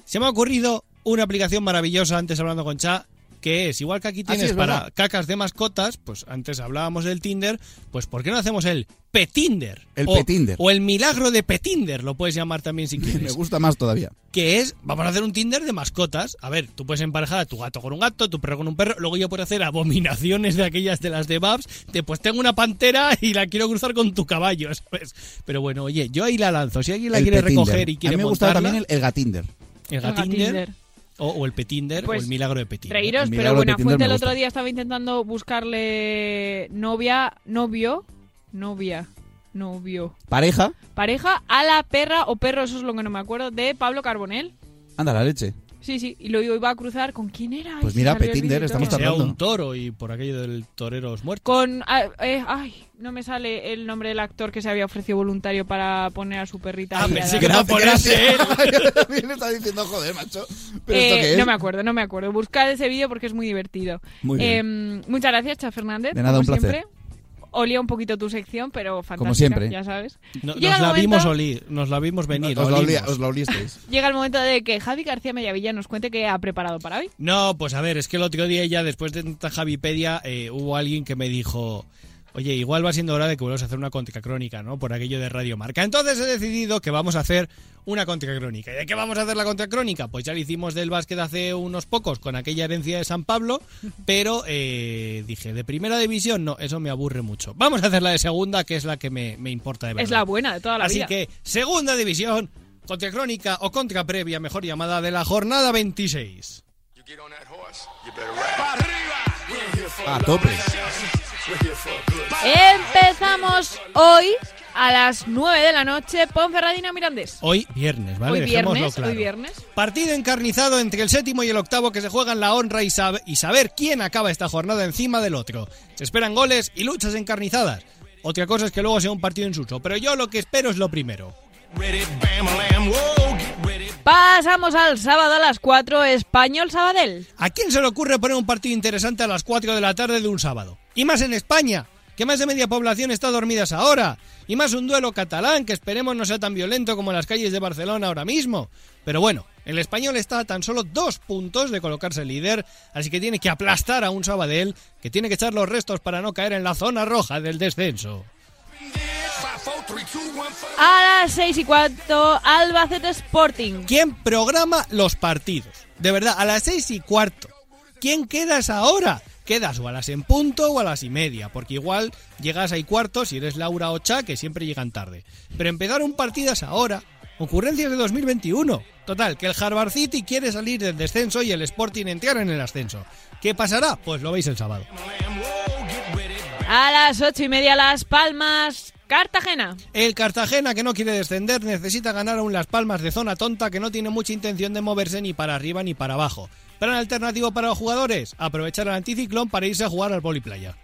A: se me ha ocurrido una aplicación maravillosa antes hablando con Cha, que es igual que aquí
J: Ah, sí,
A: tienes
J: es
A: para
J: verdad.
A: cacas de mascotas, pues antes hablábamos del Tinder, pues ¿por qué no hacemos el Petinder?
J: El
A: O-
J: Petinder.
A: O el milagro de Petinder, lo puedes llamar también si quieres
J: Me gusta más todavía.
A: que es, vamos a hacer un Tinder de mascotas. A ver, tú puedes emparejar a tu gato con un gato, tu perro con un perro, luego yo puedo hacer abominaciones de aquellas de las de Babs, de pues tengo una pantera y la quiero cruzar con tu caballo, ¿sabes? Pero bueno, oye, yo ahí la lanzo. Si alguien la
J: El
A: quiere
J: Petinder.
A: recoger y quiere
J: A mí me gustaba
A: montarla,
J: también el, el Gatinder.
A: el, Gatinder, o, o el Petinder o
I: Pues,
A: el milagro de Petinder.
I: Reíros, pero Buenafuente el otro día estaba intentando buscarle novia, novio, novia, novio,
J: Pareja,
I: pareja a la perra o perro, eso es lo que no me acuerdo, de Pablo Carbonell.
J: anda la leche.
I: Sí, sí, y lo iba a cruzar con quién era.
J: Pues
I: Y
J: mira,
I: salió el
J: Petinder,
I: vídeo y todo.
J: estamos
A: sea
J: tardando.
A: un toro y por aquello del toreros muertos.
I: Con. ah, eh, ay, no me sale el nombre del actor que se había ofrecido voluntario para poner a su perrita.
A: Ah,
I: ahí a
A: pensé
I: dar-
A: que iba a ponerse él.
J: Yo también estaba diciendo, joder, macho. ¿Pero esto
I: Eh,
J: qué es?
I: No me acuerdo, no me acuerdo. Buscad ese vídeo porque es muy divertido.
J: Muy bien.
I: Eh, muchas gracias, Cha Fernández.
J: De nada,
I: como
J: un placer.
I: Siempre. Olía un poquito tu sección, pero fantástica,
J: siempre.
I: ya sabes.
A: No- nos
I: Llega
A: la
I: el momento-
A: vimos olir, nos la vimos venir.
J: Os la olía-
A: olimos.
J: os la olisteis.
I: Llega el momento de que Javi García Mellavilla nos cuente qué ha preparado para hoy.
A: No, pues a ver, es que el otro día ya después de tanta Javipedia eh, hubo alguien que me dijo, oye, igual va siendo hora de que vuelvas a hacer una contracrónica, ¿no? Por aquello de Radio Marca. Entonces he decidido que vamos a hacer una contracrónica. ¿Y de qué vamos a hacer la contracrónica? Pues ya lo hicimos del básquet hace unos pocos con aquella herencia de San Pablo, pero eh, dije, de primera división, no, eso me aburre mucho. Vamos a hacer la de segunda, que es la que me, me importa de verdad.
I: Es la buena de toda la
A: Así
I: vida.
A: que, segunda división, contra crónica o contra previa, mejor llamada, de la jornada 26.
J: A tope.
I: Empezamos hoy a las 9 de la noche, Ponferradina Mirandés.
A: Hoy viernes, ¿vale?
I: hoy
A: Dejémoslo
I: viernes,
A: claro.
I: hoy viernes.
A: Partido encarnizado entre el séptimo y el octavo que se juegan la honra y, sab- y saber quién acaba esta jornada encima del otro. Se esperan goles y luchas encarnizadas. Otra cosa es que luego sea un partido insulso, pero yo lo que espero es lo primero.
I: Pasamos al sábado a las 4, Español Sabadell.
A: ¿A quién se le ocurre poner un partido interesante a las 4 de la tarde de un sábado? Y más en España, que más de media población está dormida a esa hora. Y más un duelo catalán que esperemos no sea tan violento como en las calles de Barcelona ahora mismo. Pero bueno, el español está a tan solo dos puntos de colocarse líder, así que tiene que aplastar a un Sabadell, que tiene que echar los restos para no caer en la zona roja del descenso.
I: A las 6 y cuarto, Albacete Sporting.
A: ¿Quién programa los partidos? De verdad, a las seis y cuarto. ¿Quién quedas ahora? Quedas o a las en punto o a las y media, porque igual llegas a y cuarto si eres Laura Ocha, que siempre llegan tarde. Pero empezar un partido es ahora. Ocurrencias de 2021. Total, que el Harvard City quiere salir del descenso y el Sporting entrar en el ascenso. ¿Qué pasará? Pues lo veis el sábado.
I: A las 8 y media, Las Palmas Cartagena.
A: El Cartagena, que no quiere descender, necesita ganar aún Las Palmas de zona tonta que no tiene mucha intención de moverse ni para arriba ni para abajo. Plan alternativo para los jugadores, aprovechar el anticiclón para irse a jugar al poliplaya.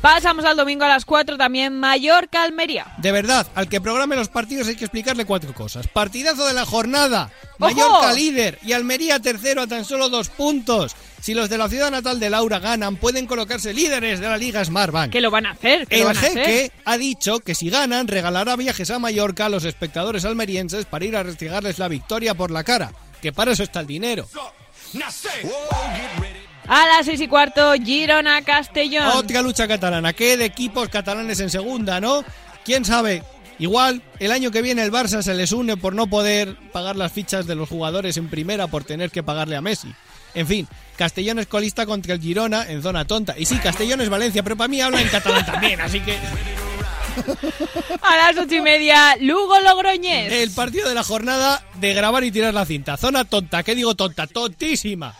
I: Pasamos al domingo a las 4 también Mallorca-Almería.
A: De verdad, al que programe los partidos hay que explicarle cuatro cosas. Partidazo de la jornada. Mallorca líder y Almería tercero a tan solo dos puntos. Si los de la ciudad natal de Laura ganan, pueden colocarse líderes de la Liga Smartbank.
I: Que lo van a hacer. que
A: El
I: lo van a
A: jeque
I: hacer.
A: ha dicho que si ganan, regalará viajes a Mallorca a los espectadores almerienses para ir a restregarles la victoria por la cara. Que para eso está el dinero.
I: A las 6 y cuarto Girona-Castellón.
A: Otra lucha catalana. ¿Qué de equipos catalanes en segunda, no? ¿Quién sabe? Igual, el año que viene el Barça se les une por no poder pagar las fichas de los jugadores en primera por tener que pagarle a Messi. En fin, Castellón es colista contra el Girona en zona tonta. Y sí, Castellón es Valencia, pero para mí habla en catalán también, así que...
I: A las 8 y media Lugo-Logroñés.
A: El partido de la jornada de grabar y tirar la cinta. Zona tonta, ¿qué digo tonta? Tontísima.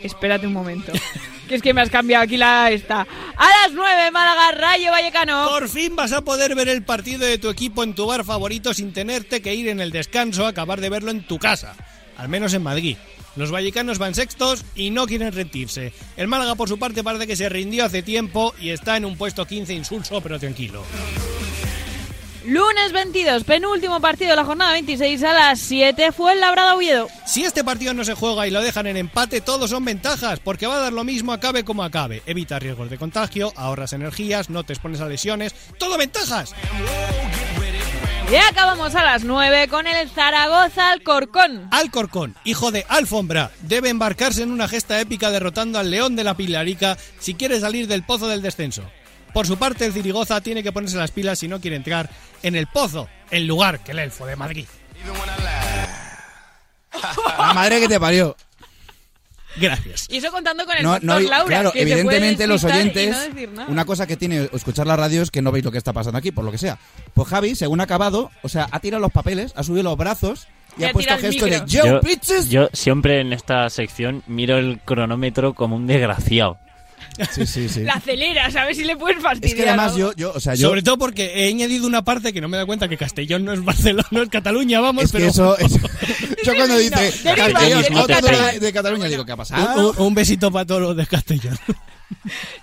I: Espérate un momento. que es que me has cambiado aquí la esta. A las 9 Málaga Rayo Vallecano.
A: Por fin vas a poder ver el partido de tu equipo en tu bar favorito sin tenerte que ir en el descanso a acabar de verlo en tu casa. Al menos en Madrid. Los vallecanos van sextos y no quieren rendirse. El Málaga, por su parte, parece que se rindió hace tiempo y está en un puesto 15 insulso, pero tranquilo.
I: Lunes 22, penúltimo partido de la jornada 26 a las 7 fue el Labrada Oviedo.
A: Si este partido no se juega y lo dejan en empate, todos son ventajas, porque va a dar lo mismo acabe como acabe. Evita riesgos de contagio, ahorras energías, no te expones a lesiones, todo ventajas.
I: Y acabamos a las 9 con el Zaragoza Alcorcón.
A: Alcorcón, hijo de Alfombra, debe embarcarse en una gesta épica derrotando al León de la Pilarica si quiere salir del pozo del descenso. Por su parte, el Zirigoza tiene que ponerse las pilas si no quiere entrar en el pozo, en lugar que el elfo de Madrid.
J: La madre que te parió.
A: Gracias.
I: Y eso contando con el
J: No,
I: factor
J: no,
I: Laura.
J: claro,
I: que te puede
J: evidentemente los
I: despistar y
J: oyentes,
I: no decir nada.
J: una cosa que tiene escuchar la radio es que no veis lo que está pasando aquí, por lo que sea. Pues Javi, según ha acabado, o sea, ha tirado los papeles, ha subido los brazos y,
I: Y
J: ha
I: ha
J: puesto
I: tirado el
J: gesto de
I: micro.
J: yo, bitches.
N: yo siempre en esta sección miro el cronómetro como un desgraciado.
J: Sí, sí, sí.
I: La acelera, ¿sabes? Si le puedes fastidiar. algo.
J: yo, o sea, yo-
A: Sobre todo porque he añadido una parte que no me da cuenta que Castellón no es Barcelona, no es Cataluña, vamos,
J: Es que
A: pero...
J: eso- eso- Yo cuando dice
A: no, deriva,
J: Castellón,
A: deriva,
J: otro
A: deriva.
J: de, de Cataluña, digo, ¿qué ha
A: Un,
J: pasado?
A: un- un besito para todos los de Castellón.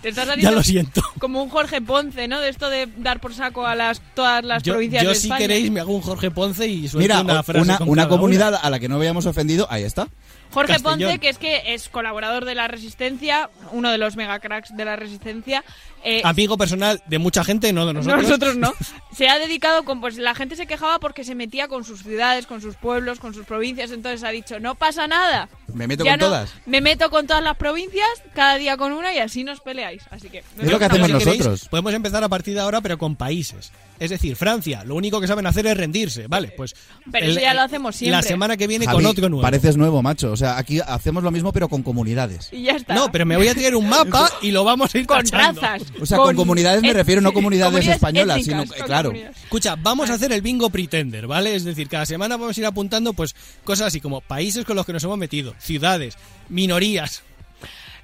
I: Te estás saliendo
A: Ya lo siento.
I: Como un Jorge Ponce, ¿no? De esto de dar por saco a las todas las
A: Yo,
I: provincias
A: yo
I: de
A: si
I: España.
A: queréis me hago un Jorge Ponce y suelto
J: Mira,
A: una
J: una,
A: frase
J: una,
A: con cada una.
J: comunidad a la que no habíamos ofendido, ahí está.
I: Jorge
J: Castellón.
I: Ponce, que es que es colaborador de la Resistencia, uno de los mega cracks de la Resistencia. eh,
A: Amigo personal de mucha gente, no de nosotros.
I: Nosotros no. se ha dedicado con pues la gente se quejaba porque se metía con sus ciudades, con sus pueblos, con sus provincias, entonces ha dicho, "No pasa nada."
J: Me meto
I: Ya
J: con
I: no-
J: todas.
I: Me meto con todas las provincias, cada día con una y así nos peleáis, así que
A: Yo-
J: lo que
A: yo,
J: hacemos
A: si queréis,
J: nosotros.
A: podemos empezar a partir de ahora, pero con países. Es decir, Francia, lo único que saben hacer es rendirse, ¿vale? Pues.
I: Pero eso ya lo hacemos siempre.
A: La semana que viene
J: Javi,
A: con otro nuevo.
J: Pareces nuevo, macho. O sea, aquí hacemos lo mismo, pero con comunidades.
I: y ya está.
A: No, pero me voy a tirar un mapa y lo vamos a ir
I: con
A: tachando.
I: razas.
J: O sea, con, comunidades me
A: et-
J: refiero, no comunidades,
A: comunidades
J: españolas,
A: étnicas,
J: sino.
A: con
J: claro.
A: comunidades. Escucha, vamos a hacer el bingo pretender, ¿vale? Es decir, cada semana vamos a ir apuntando pues cosas así como países con los que nos hemos metido, ciudades, minorías.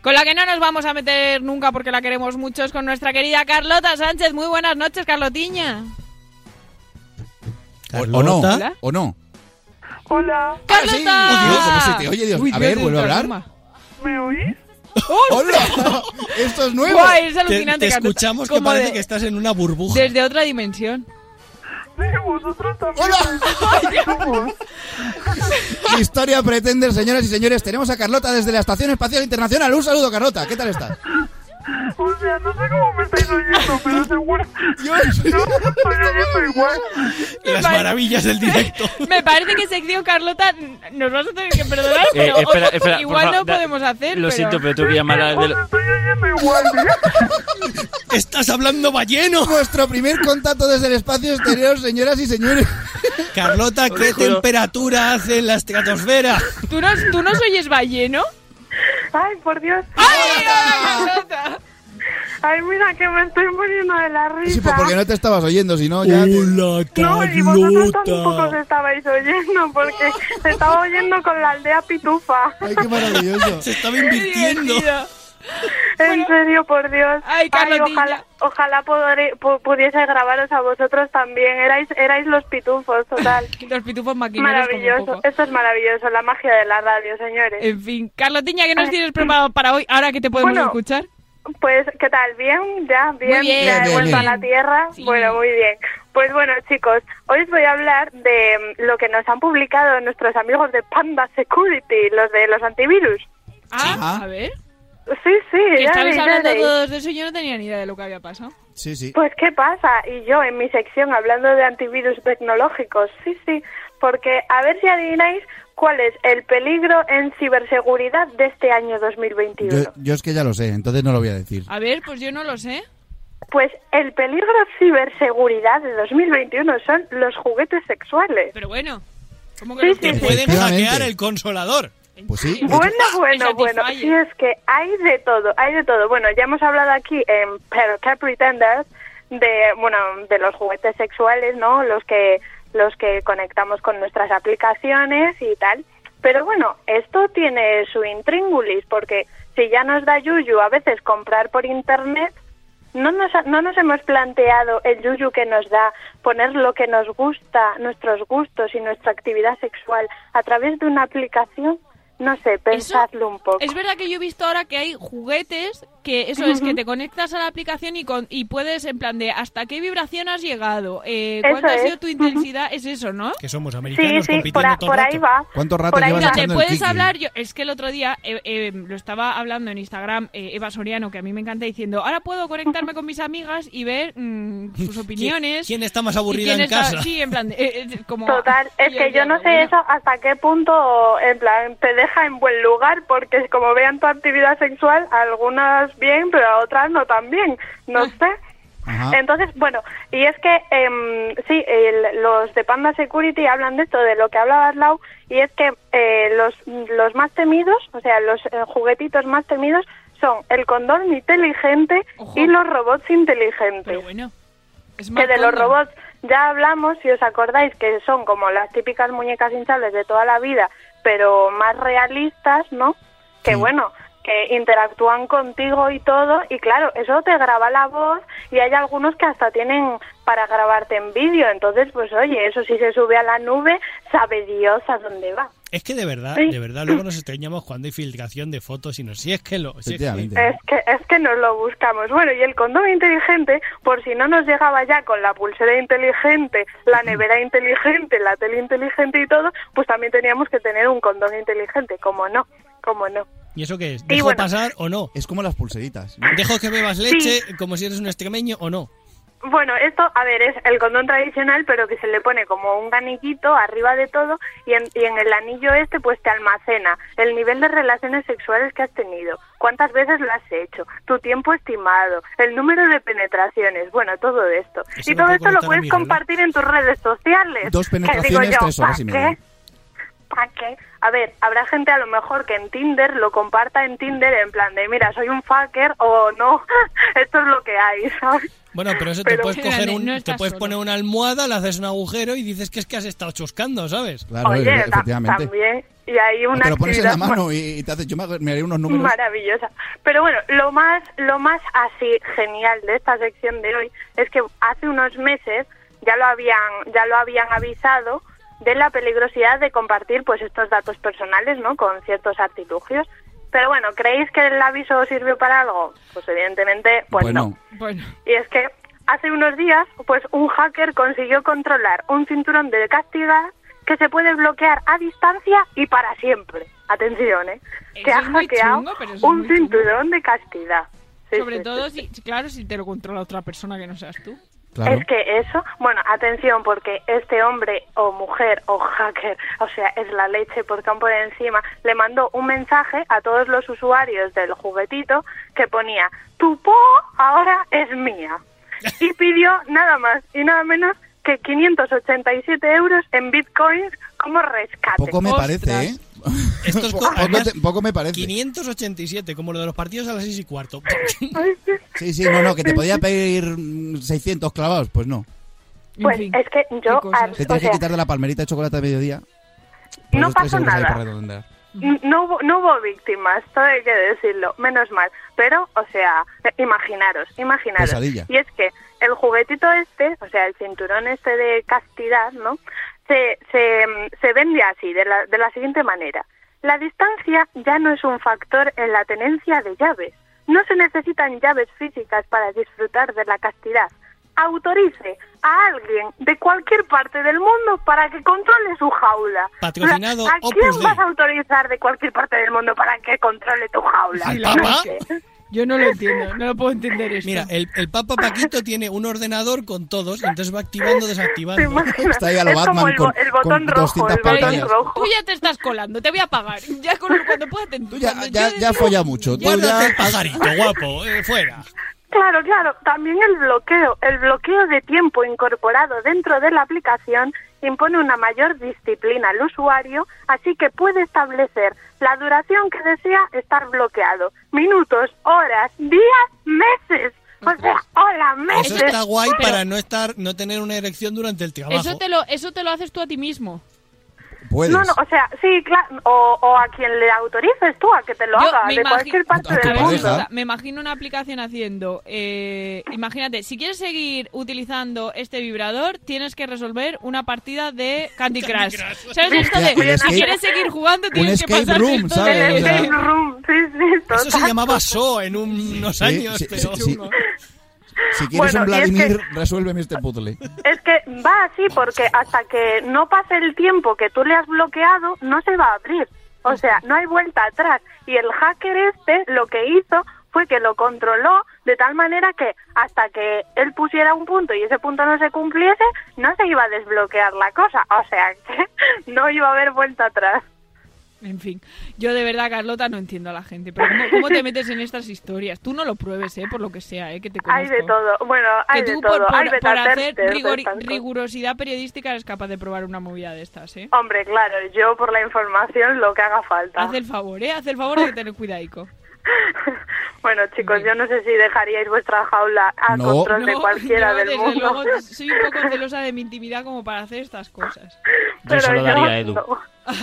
I: Con la que no nos vamos a meter nunca porque la queremos mucho es con nuestra querida Carlota Sánchez. Muy buenas noches, Carlotiña.
J: O, o no,
I: Carlota.
J: o no.
I: Hola.
J: Uy, Oh, Dios, ¿cómo se
I: Carlota.
J: te oye, Dios?
I: Uy,
J: a ver,
I: Dios,
J: vuelve a
I: Dios,
J: hablar.
O: ¿Me oís?
J: ¡Hola! ¡Esto es nuevo!
I: Guau, es alucinante,
A: Te, te
I: Carlota.
A: escuchamos que
I: Como
A: parece
I: de-
A: que estás en una burbuja.
I: Desde otra dimensión.
J: Historia pretender, señoras y señores. Tenemos a Carlota desde la Estación Espacial Internacional. Un saludo, Carlota. ¿Qué tal estás?
O: O sea, no sé cómo me estáis oyendo, pero seguro.
J: Dios.
O: Yo me estoy oyendo igual.
A: Las maravillas del directo.
I: Me parece que sección Carlota n- nos vas a tener que perdonar, pero
N: Eh, espera,
I: oye,
N: espera, por
I: igual
N: favor,
I: no
N: da-
I: podemos hacer.
N: Lo siento, pero tengo que llamar a... de la-
A: ¡Estás hablando balleno!
J: Nuestro primer contacto desde el espacio exterior, señoras y señores.
A: Carlota, ¿qué
J: juro.
A: temperatura hace en la estratosfera?
I: ¿Tú no, ¿Tú no oyes balleno?
O: Ay, por Dios.
I: ¡Ay,
O: Ay, mira, que me estoy muriendo de la risa.
J: Sí, pues porque no te estabas oyendo, si no ya...
A: ¡Hola,
O: No, y vosotros tampoco os estabais oyendo, porque se estaba oyendo con la aldea pitufa.
J: Ay, qué maravilloso.
A: Se estaba invirtiendo.
O: En serio, por Dios.
I: Ay,
O: ojalá, ojalá podré- pu- pudiese grabaros a vosotros también. Erais, erais los pitufos, total.
I: los
N: pues,
I: pitufos maquineros como
O: Maravilloso.
I: poco.
O: Esto es maravilloso, la magia de la radio, señores.
I: En fin, Carlotiña, ¿qué nos tienes preparado para hoy? Ahora que te podemos
O: Bueno,
I: escuchar.
O: Pues, ¿qué tal? ¿Bien? ¿Ya? ¿Bien?
I: Muy bien.
O: ¿Ya he
I: Bien, bien,
O: vuelto a
I: bien.
O: la Tierra? Bueno, muy bien. Pues bueno, chicos, hoy os voy a hablar de mm, lo que nos han publicado nuestros amigos de Panda Security, los de los antivirus.
I: Ah, a ver.
O: Sí, sí,
I: Que
O: ya
I: estabais
O: veis, ya
I: hablando
O: veis.
I: todos de eso, yo no tenía ni idea de lo que había pasado.
J: Sí, sí.
O: Pues qué pasa, y yo en mi sección hablando de antivirus tecnológicos, sí, sí, porque a ver si adivináis cuál es el peligro en ciberseguridad de este año 2021.
J: Yo, yo es que ya lo sé, entonces no lo voy a decir.
I: A ver, pues yo no lo sé.
O: Pues el peligro ciberseguridad de 2021 son los juguetes sexuales.
I: Pero bueno, ¿cómo
O: que
A: Te pueden hackear el consolador.
J: Pues sí.
O: Bueno, bueno, bueno. Sí, es que hay de todo, hay de todo. Bueno, ya hemos hablado aquí en Pero qué Pretenders de, bueno, de los juguetes sexuales, ¿no? Los que, los que conectamos con nuestras aplicaciones y tal. Pero bueno, esto tiene su intríngulis, porque si ya nos da yuyu a veces comprar por internet, no nos, ha- no nos hemos planteado el yuyu que nos da poner lo que nos gusta, nuestros gustos y nuestra actividad sexual a través de una aplicación. No sé, pensadlo un poco.
I: Es verdad que yo he visto ahora que hay juguetes que eso es que te conectas a la aplicación y, con, y puedes en plan de hasta qué vibración has llegado, eh, cuál
O: Eso
I: ha sido
O: es,
I: tu intensidad, es eso, ¿no?
A: Que somos
O: Sí,
A: americanos
O: sí,
A: compitiendo
O: por, a-
A: todo
O: por
A: el
O: ahí
A: rato.
O: va.
J: ¿Cuánto rato
O: Por ahí
J: llevas
O: va.
I: Te
J: hablando el
I: puedes
J: Kiki?
I: hablar, yo, es que el otro día eh, eh, lo estaba hablando en Instagram eh, Eva Soriano, que a mí me encanta diciendo, ahora puedo conectarme con mis amigas y ver mm, sus opiniones.
A: ¿Quién está más
I: y
A: aburrida
I: quién
A: en
I: está-
A: casa?
I: Sí, en plan, de- eh, eh, como...
O: Total, es
I: y
O: que yo no
I: digo,
O: sé
I: bueno.
O: eso hasta qué punto, en plan, te deja en buen lugar, porque como vean tu actividad sexual, a algunas bien, pero a otras no tan bien, no sé. Entonces, bueno, y es que em, sí, el- los de Panda Security hablan de esto, de lo que hablabas, Lau, y es que eh, los, los más temidos, o sea, los eh, juguetitos más temidos son el condón inteligente y los robots inteligentes.
I: Smart
O: que de los
I: condom.
O: robots ya hablamos, si os acordáis, que son como las típicas muñecas hinchables de toda la vida, pero más realistas, ¿no? Que bueno, que interactúan contigo y todo, y claro, eso te graba la voz y hay algunos que hasta tienen para grabarte en vídeo, entonces pues oye, eso si se sube a la nube, sabe Dios a dónde va.
A: Es que de verdad,
O: Sí.
A: de verdad, luego nos extrañamos cuando hay filtración de fotos y no. Si es que lo. Si es que-
O: Es que, es que nos lo buscamos. Bueno, y el condón inteligente, por si no nos llegaba ya con la pulsera inteligente, la nevera inteligente, la tele inteligente y todo, pues también teníamos que tener un condón inteligente, como no, como no.
A: ¿Y eso qué es?
O: Y
A: ¿Dejo
O: bueno.
A: pasar o no?
J: Es como las pulseritas.
A: ¿Dejo que bebas leche como si eres un extremeño o no?
O: Bueno, esto, a ver, es el condón tradicional, pero que se le pone como un anillito arriba de todo y en, y en el anillo este pues te almacena el nivel de relaciones sexuales que has tenido, cuántas veces lo has hecho, tu tiempo estimado, el número de penetraciones, bueno, todo esto.
J: Eso
O: y
J: lo
O: todo
J: puedo conectar
O: esto lo
J: a mi
O: puedes
J: reloj.
O: compartir en tus redes sociales.
J: Dos
O: Que digo
J: penetraciones,
O: yo,
J: tres horas y
O: ¿pa'
J: media.
O: qué? ¿Para qué? A ver, habrá gente a lo mejor que en Tinder lo comparta en Tinder en plan de, mira, soy un fucker o no, esto es lo que hay, ¿sabes?
A: Bueno, pero eso te
O: Pero-
A: puedes
O: Qué
A: coger
O: grande,
A: un,
O: no
A: te
O: estás
A: puedes
O: solo.
A: poner una almohada, le haces un agujero y dices que es que has estado chuscando, ¿sabes?
J: Claro, Oye, efe- ta- efectivamente.
O: También, y hay una
J: Te lo pones en
O: actividad
J: la mano y, y te haces. Yo me, hago- me haré unos números.
O: Maravillosa. Pero bueno, lo más, lo más así genial de esta sección de hoy es que hace unos meses ya lo habían, ya lo habían avisado de la peligrosidad de compartir pues estos datos personales, ¿no? Con ciertos artilugios. Pero bueno, ¿creéis que el aviso os sirvió para algo? Pues evidentemente, pues no.
I: Bueno.
O: Y es que hace unos días, pues un hacker consiguió controlar un cinturón de castigar que se puede bloquear a distancia y para siempre. Atención, ¿eh? Que
I: Eso
O: ha
I: es muy
O: hackeado
I: chungo, pero eso es
O: un
I: muy chungo.
O: cinturón de castidad. Sí,
I: Sobre
O: sí,
I: todo,
O: sí.
I: si, claro, si te lo controla otra persona que no seas tú.
O: Es que eso, bueno, atención, porque este hombre o mujer o hacker, o sea, es la leche por campo de encima, le mandó un mensaje a todos los usuarios del juguetito que ponía, tu po ahora es mía. Y pidió nada más y nada menos que 587 euros en bitcoins como rescate.
J: Poco me parece, ¿eh?
A: Esto es co-
J: poco,
A: además,
J: te- poco me parece.
A: 587, como lo de los partidos a las 6 y cuarto.
J: Sí, sí, no, no, que te podía pedir mm, 600 clavados. Pues no.
O: Pues es que yo... al-
J: Te
O: o
J: tienes que
O: sea,
J: quitar de la palmerita de chocolate a mediodía.
O: No
J: los tres
O: pasa
J: euros ahí
O: nada.
J: para redondear.
O: N- No hubo, no hubo víctimas, todo hay que decirlo, menos mal. Pero, o sea, eh, imaginaros, imaginaros.
J: Pesadilla.
O: Y es que el juguetito este, o sea, el cinturón este de castidad, ¿no? Se, se, mm, se vende así, de la, de la siguiente manera. La distancia ya no es un factor en la tenencia de llaves. No se necesitan llaves físicas para disfrutar de la castidad. Autorice a alguien de cualquier parte del mundo para que controle su jaula.
A: Patrocinado
O: ¿A
A: Opus
O: quién
A: Dei.
O: vas a autorizar de cualquier parte del mundo para que controle tu jaula?
A: ¿Al Papa?
I: Yo no lo entiendo, no lo puedo entender esto.
A: Mira, el, el Papa Paquito tiene un ordenador con todos, entonces va activando,
O: ¿Te
A: desactivando.
O: imaginas? es como el, bo- el botón rojo, el botón rojo.
I: Tú ya te estás colando, te voy a pagar. Ya con cuando pueda te Tú ya,
J: Ya, ya folla mucho. Tú
A: Guárdate
J: ya...
A: el pagarito, guapo, eh, fuera.
O: Claro, claro. También el bloqueo. El bloqueo de tiempo incorporado dentro de la aplicación impone una mayor disciplina al usuario, así que puede establecer la duración que desea estar bloqueado. Minutos, horas, días, meses. O sea, hola, meses.
A: Eso está guay para no estar, no tener una erección durante el trabajo.
I: Eso te, lo, eso te lo haces tú a ti mismo.
A: Puedes.
O: No, no, o sea, sí, claro. O, o a quien le autorices tú a que te lo
I: Yo
O: haga,
I: me
O: de
I: imagi-
O: cualquier parte del
I: A ver,
O: mundo.
I: Rosa, me imagino una aplicación haciendo. eh, imagínate, si quieres seguir utilizando este vibrador, tienes que resolver una partida de Candy Crush. ¿Sabes esto
J: Hostia,
I: de
J: el
I: si
J: escape-
I: quieres seguir jugando,
J: un
I: tienes que
J: escape
I: pasar
J: room, ¿sabes? El O sea- escape
A: Eso se llamaba So en un- unos
J: Sí,
A: años,
J: sí,
A: pero...
J: sí, sí. Si quieres
O: Bueno,
J: un
O: y es que-
J: Vladimir, resuélveme este puzzle.
O: Es que va así porque hasta que no pase el tiempo que tú le has bloqueado, no se va a abrir. O sea, no hay vuelta atrás. Y el hacker este lo que hizo fue que lo controló de tal manera que hasta que él pusiera un punto y ese punto no se cumpliese, no se iba a desbloquear la cosa. O sea, que no iba a haber vuelta atrás.
I: En fin, yo de verdad, Carlota, no entiendo a la gente. Pero ¿cómo, cómo te metes en estas historias? Tú no lo pruebes, ¿eh? Por lo que sea, ¿eh? Que te
O: Hay de
I: conozco.
O: todo. Bueno, hay
I: que
O: de
I: tú
O: todo.
I: por, por-
O: hay beta
I: por hacer
O: testers de
I: rigori-
O: estas cosas.
I: rigurosidad periodística eres capaz de probar una movida de estas, ¿eh?
O: Hombre, claro, yo por la información lo que haga falta.
I: Haz el favor, ¿eh? Haz el favor de tener cuidadico.
O: Bueno, chicos, yo no sé si dejaríais vuestra jaula a
J: No.
N: Oh.
O: control de cualquiera
I: yo,
O: del
I: desde
O: mundo.
I: luego, soy un poco celosa de mi intimidad como para hacer estas cosas.
N: Yo se lo
O: yo
N: daría a Edu.
O: no.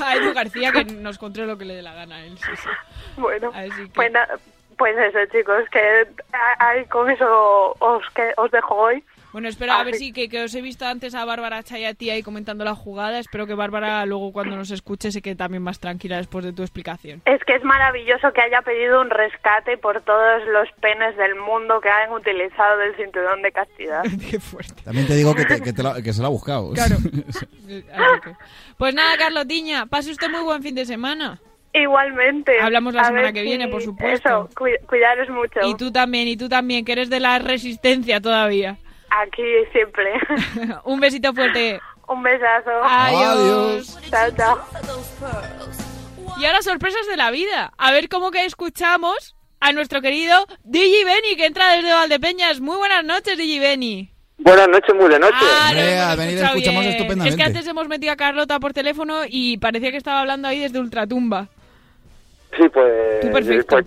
I: A Edu García que nos controle lo que le dé la gana a él, sí, sí.
O: Bueno,
I: Así que-
O: pues, na- pues eso, chicos, que a- ahí con eso os, que os dejo hoy.
I: Bueno, espera, a ver
O: Así-
I: si que, que os he visto antes a Bárbara Chayati ahí comentando la jugada. Espero que Bárbara luego cuando nos escuche se quede también más tranquila después de tu explicación.
O: Es que es maravilloso que haya pedido un rescate por todos los penes del mundo que han utilizado del cinturón de castidad.
I: Qué fuerte.
J: También te digo que, te- que te la- que se la ha buscado.
I: Claro. Así que- Pues nada, Carlotiña, pase usted muy buen fin de semana.
O: Igualmente.
I: Hablamos la
O: A
I: semana
O: ver
I: que
O: si-
I: viene, por supuesto.
O: Eso, cuid- cuidaros mucho.
I: Y tú también, y tú también, que eres de la resistencia todavía.
O: Aquí siempre.
I: Un besito fuerte.
O: un besazo.
I: Adiós.
O: Chao, chao.
I: Y ahora sorpresas de la vida. A ver cómo que escuchamos a nuestro querido Digi Beni, que entra desde Valdepeñas. Muy buenas noches, Digi Beni.
P: Buenas noches, muy de noche.
I: Ah,
J: a venir
I: Escucha
J: escuchamos
I: bien.
J: estupendamente.
I: Es que antes hemos metido a Carlota por teléfono y parecía que estaba hablando ahí desde Ultratumba.
P: Sí, pues.
I: Tú perfecto.
P: Pues,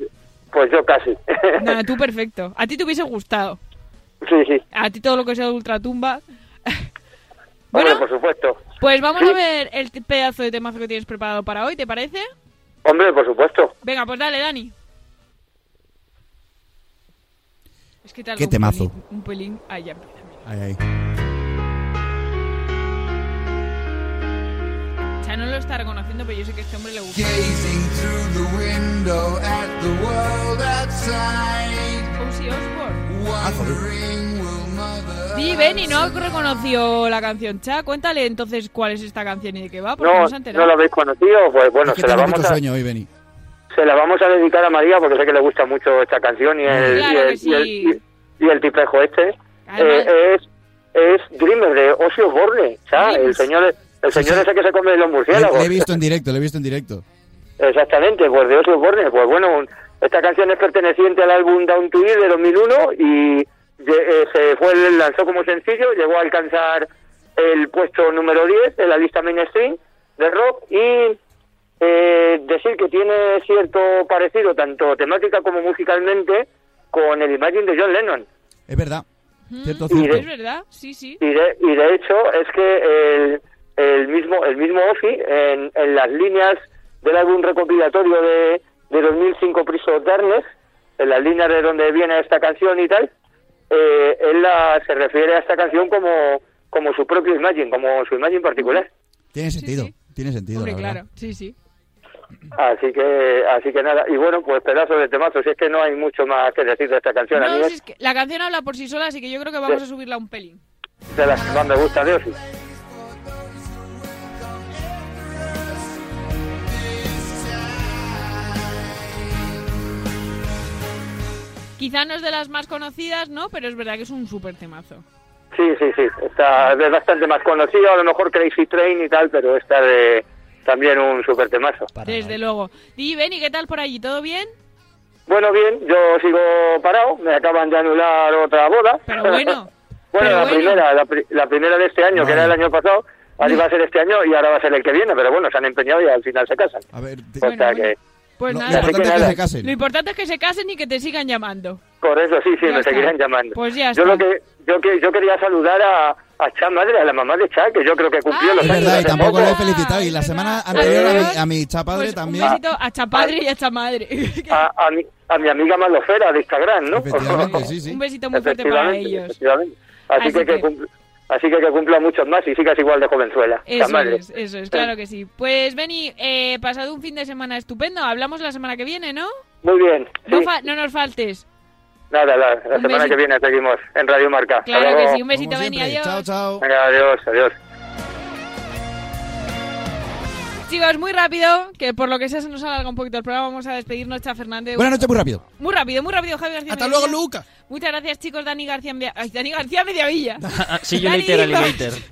P: pues yo casi.
I: Nada, tú perfecto. A ti te hubiese gustado.
P: sí, sí.
I: A ti todo lo que sea de Ultratumba.
P: Hombre, por supuesto.
I: Pues vamos
P: Sí.
I: a ver el t- pedazo de temazo que tienes preparado para hoy, ¿te parece?
P: Hombre, por supuesto.
I: Venga, pues dale, Dani. Es que te
J: Qué temazo.
I: Un pelín, un pelín ahí ya empieza.
O: 哎
J: Ay, ay.
I: O sea, no lo está reconociendo, pero yo sé que a este hombre le gusta. Ozzy Osbourne.
J: Ah,
I: Di Benny no reconoció la canción Cha. Cuéntale entonces cuál es esta canción y de qué va, porque no,
P: No,
I: se pues ha
P: no
I: enterado.
P: lo habéis conocido, pues bueno,
J: Es que
P: se la,
J: tengo
P: vamos
J: mucho
P: a,
J: sueño hoy, Beni.
P: se la vamos a dedicar a María porque sé que le gusta mucho esta canción y el,
I: Claro
P: y el,
I: que sí.
P: y el, y- y el tipejo este.
I: Además-
P: Eh, es, es Dreamer de Osio Borne, ¿sabes?
I: pues,
P: El señor, el
J: Sí,
P: señor
J: sí.
P: ese que se come los
J: Le,
P: murciélagos.
J: le he visto en directo, le he visto en directo.
P: Exactamente, pues de Oslo Borne. Pues bueno, un- esta canción es perteneciente al álbum Down to Earth de 2001 y lle- eh, se fue, lanzó como sencillo, llegó a alcanzar el puesto número 10 de la lista mainstream de rock y eh, decir que tiene cierto parecido, tanto temática como musicalmente, con el Imagine de John Lennon.
J: Es verdad. Cierto,
P: Y
J: cierto.
P: de-
I: Es verdad, sí, sí.
P: Y de, y de hecho es que el, el mismo el mismo Ozzy en, en las líneas del álbum recopilatorio de, de 2005 Priso Darkness, en las líneas de donde viene esta canción y tal, eh, él la- se refiere a esta canción como, como su propio Imagine, como su Imagine particular.
J: Tiene sentido, tiene sentido.
I: Hombre,
J: la verdad.
I: claro, sí, sí.
P: Así que, así que nada, y bueno, pues pedazo de temazo, si es que no hay mucho más que decir de esta canción, a mí
I: No,
P: es
I: si es que la canción habla por sí sola, así que yo creo que vamos
P: Sí.
I: a subirla un pelín.
P: de las que más me gusta de Ozzy.
I: Quizá no es de las más conocidas, ¿no? Pero es verdad que es un súper temazo.
P: Sí, sí, sí, esta es bastante más conocida, a lo mejor Crazy Train y tal, pero esta de, también un super temazo.
I: Desde luego. Y Benny, ¿qué tal por allí? ¿Todo bien?
P: Bueno, bien, yo sigo parado, me acaban de anular otra boda.
I: Pero bueno,
P: bueno,
I: pero
P: la
I: bueno.
P: primera, la, pri- la primera de este año, que era el año pasado, ahora iba a ser este año y ahora va a ser el que viene, pero bueno, se han empeñado y al final se casan.
J: A ver,
P: o sea que,
I: Pues
P: Lo-
I: nada.
P: lo Así que importante es que nada. se casen.
I: Lo importante es que se casen y que te sigan llamando.
P: por eso sí, sí,
I: Ya
P: me
I: está.
P: seguirán llamando.
I: Pues ya
P: yo
I: está.
P: lo que yo que yo quería saludar a a Chá madre, a la mamá de Chá, que yo creo que
I: Ah,
P: cumplió los
J: Es
P: años.
J: verdad, y
P: hace
J: tampoco
P: poco.
J: le he felicitado. Y la semana anterior a mi, a mi chapadre
I: Pues
J: también.
I: un besito a esta padre y a esta madre.
P: a, a mi, a mi amiga Malofera de Instagram, ¿no?
J: Efectivamente, sí,
I: un besito muy fuerte para
P: Efectivamente,
I: ellos.
P: efectivamente. Así,
I: Así
P: que, que
I: que-
P: cumpl- así que que cumpla muchos más y sigas igual de jovenzuela. Chá
I: Eso
P: madre.
I: es, eh. eso es, claro que sí. Pues Benny, eh, pasado un fin de semana estupendo. Hablamos la semana que viene, ¿no?
P: Muy bien.
I: No,
P: sí.
I: fa- no nos faltes.
P: Nada, la, la
I: Un
P: semana
I: besito.
P: que viene seguimos en Radio Marca. Hasta
I: Claro que
P: luego.
I: sí. Un besito, Benny. Adiós.
P: Venga, adiós, adiós.
I: Chicos, muy rápido, que por lo que sea se nos alarga un poquito el programa. Vamos a despedirnos, Cha Fernández.
J: Buenas noches, muy rápido.
I: Muy rápido, muy rápido, Javi García.
A: Hasta
I: Mediavilla.
A: luego, Luca.
I: Muchas gracias, chicos. Dani García, Media- Ay, Dani García Mediavilla.
N: Ah, sí, yo
I: Dani,
N: later,
I: digo.
N: alligator.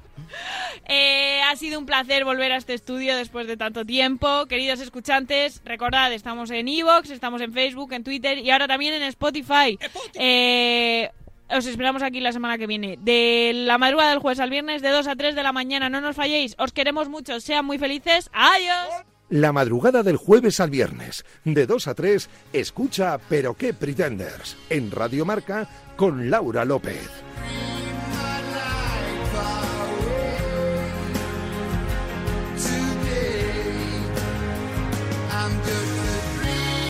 I: Eh, ha sido un placer volver a este estudio después de tanto tiempo. Queridos escuchantes, recordad, estamos en Evox, estamos en Facebook, en Twitter y ahora también en Spotify. Eh, os esperamos aquí la semana que viene. De la madrugada del jueves al viernes, de 2 a 3 de la mañana. No nos falléis. Os queremos mucho. Sean muy felices. Adiós.
H: La madrugada del jueves al viernes, de 2 a 3, escucha Pero qué Pretenders en Radio Marca con Laura López.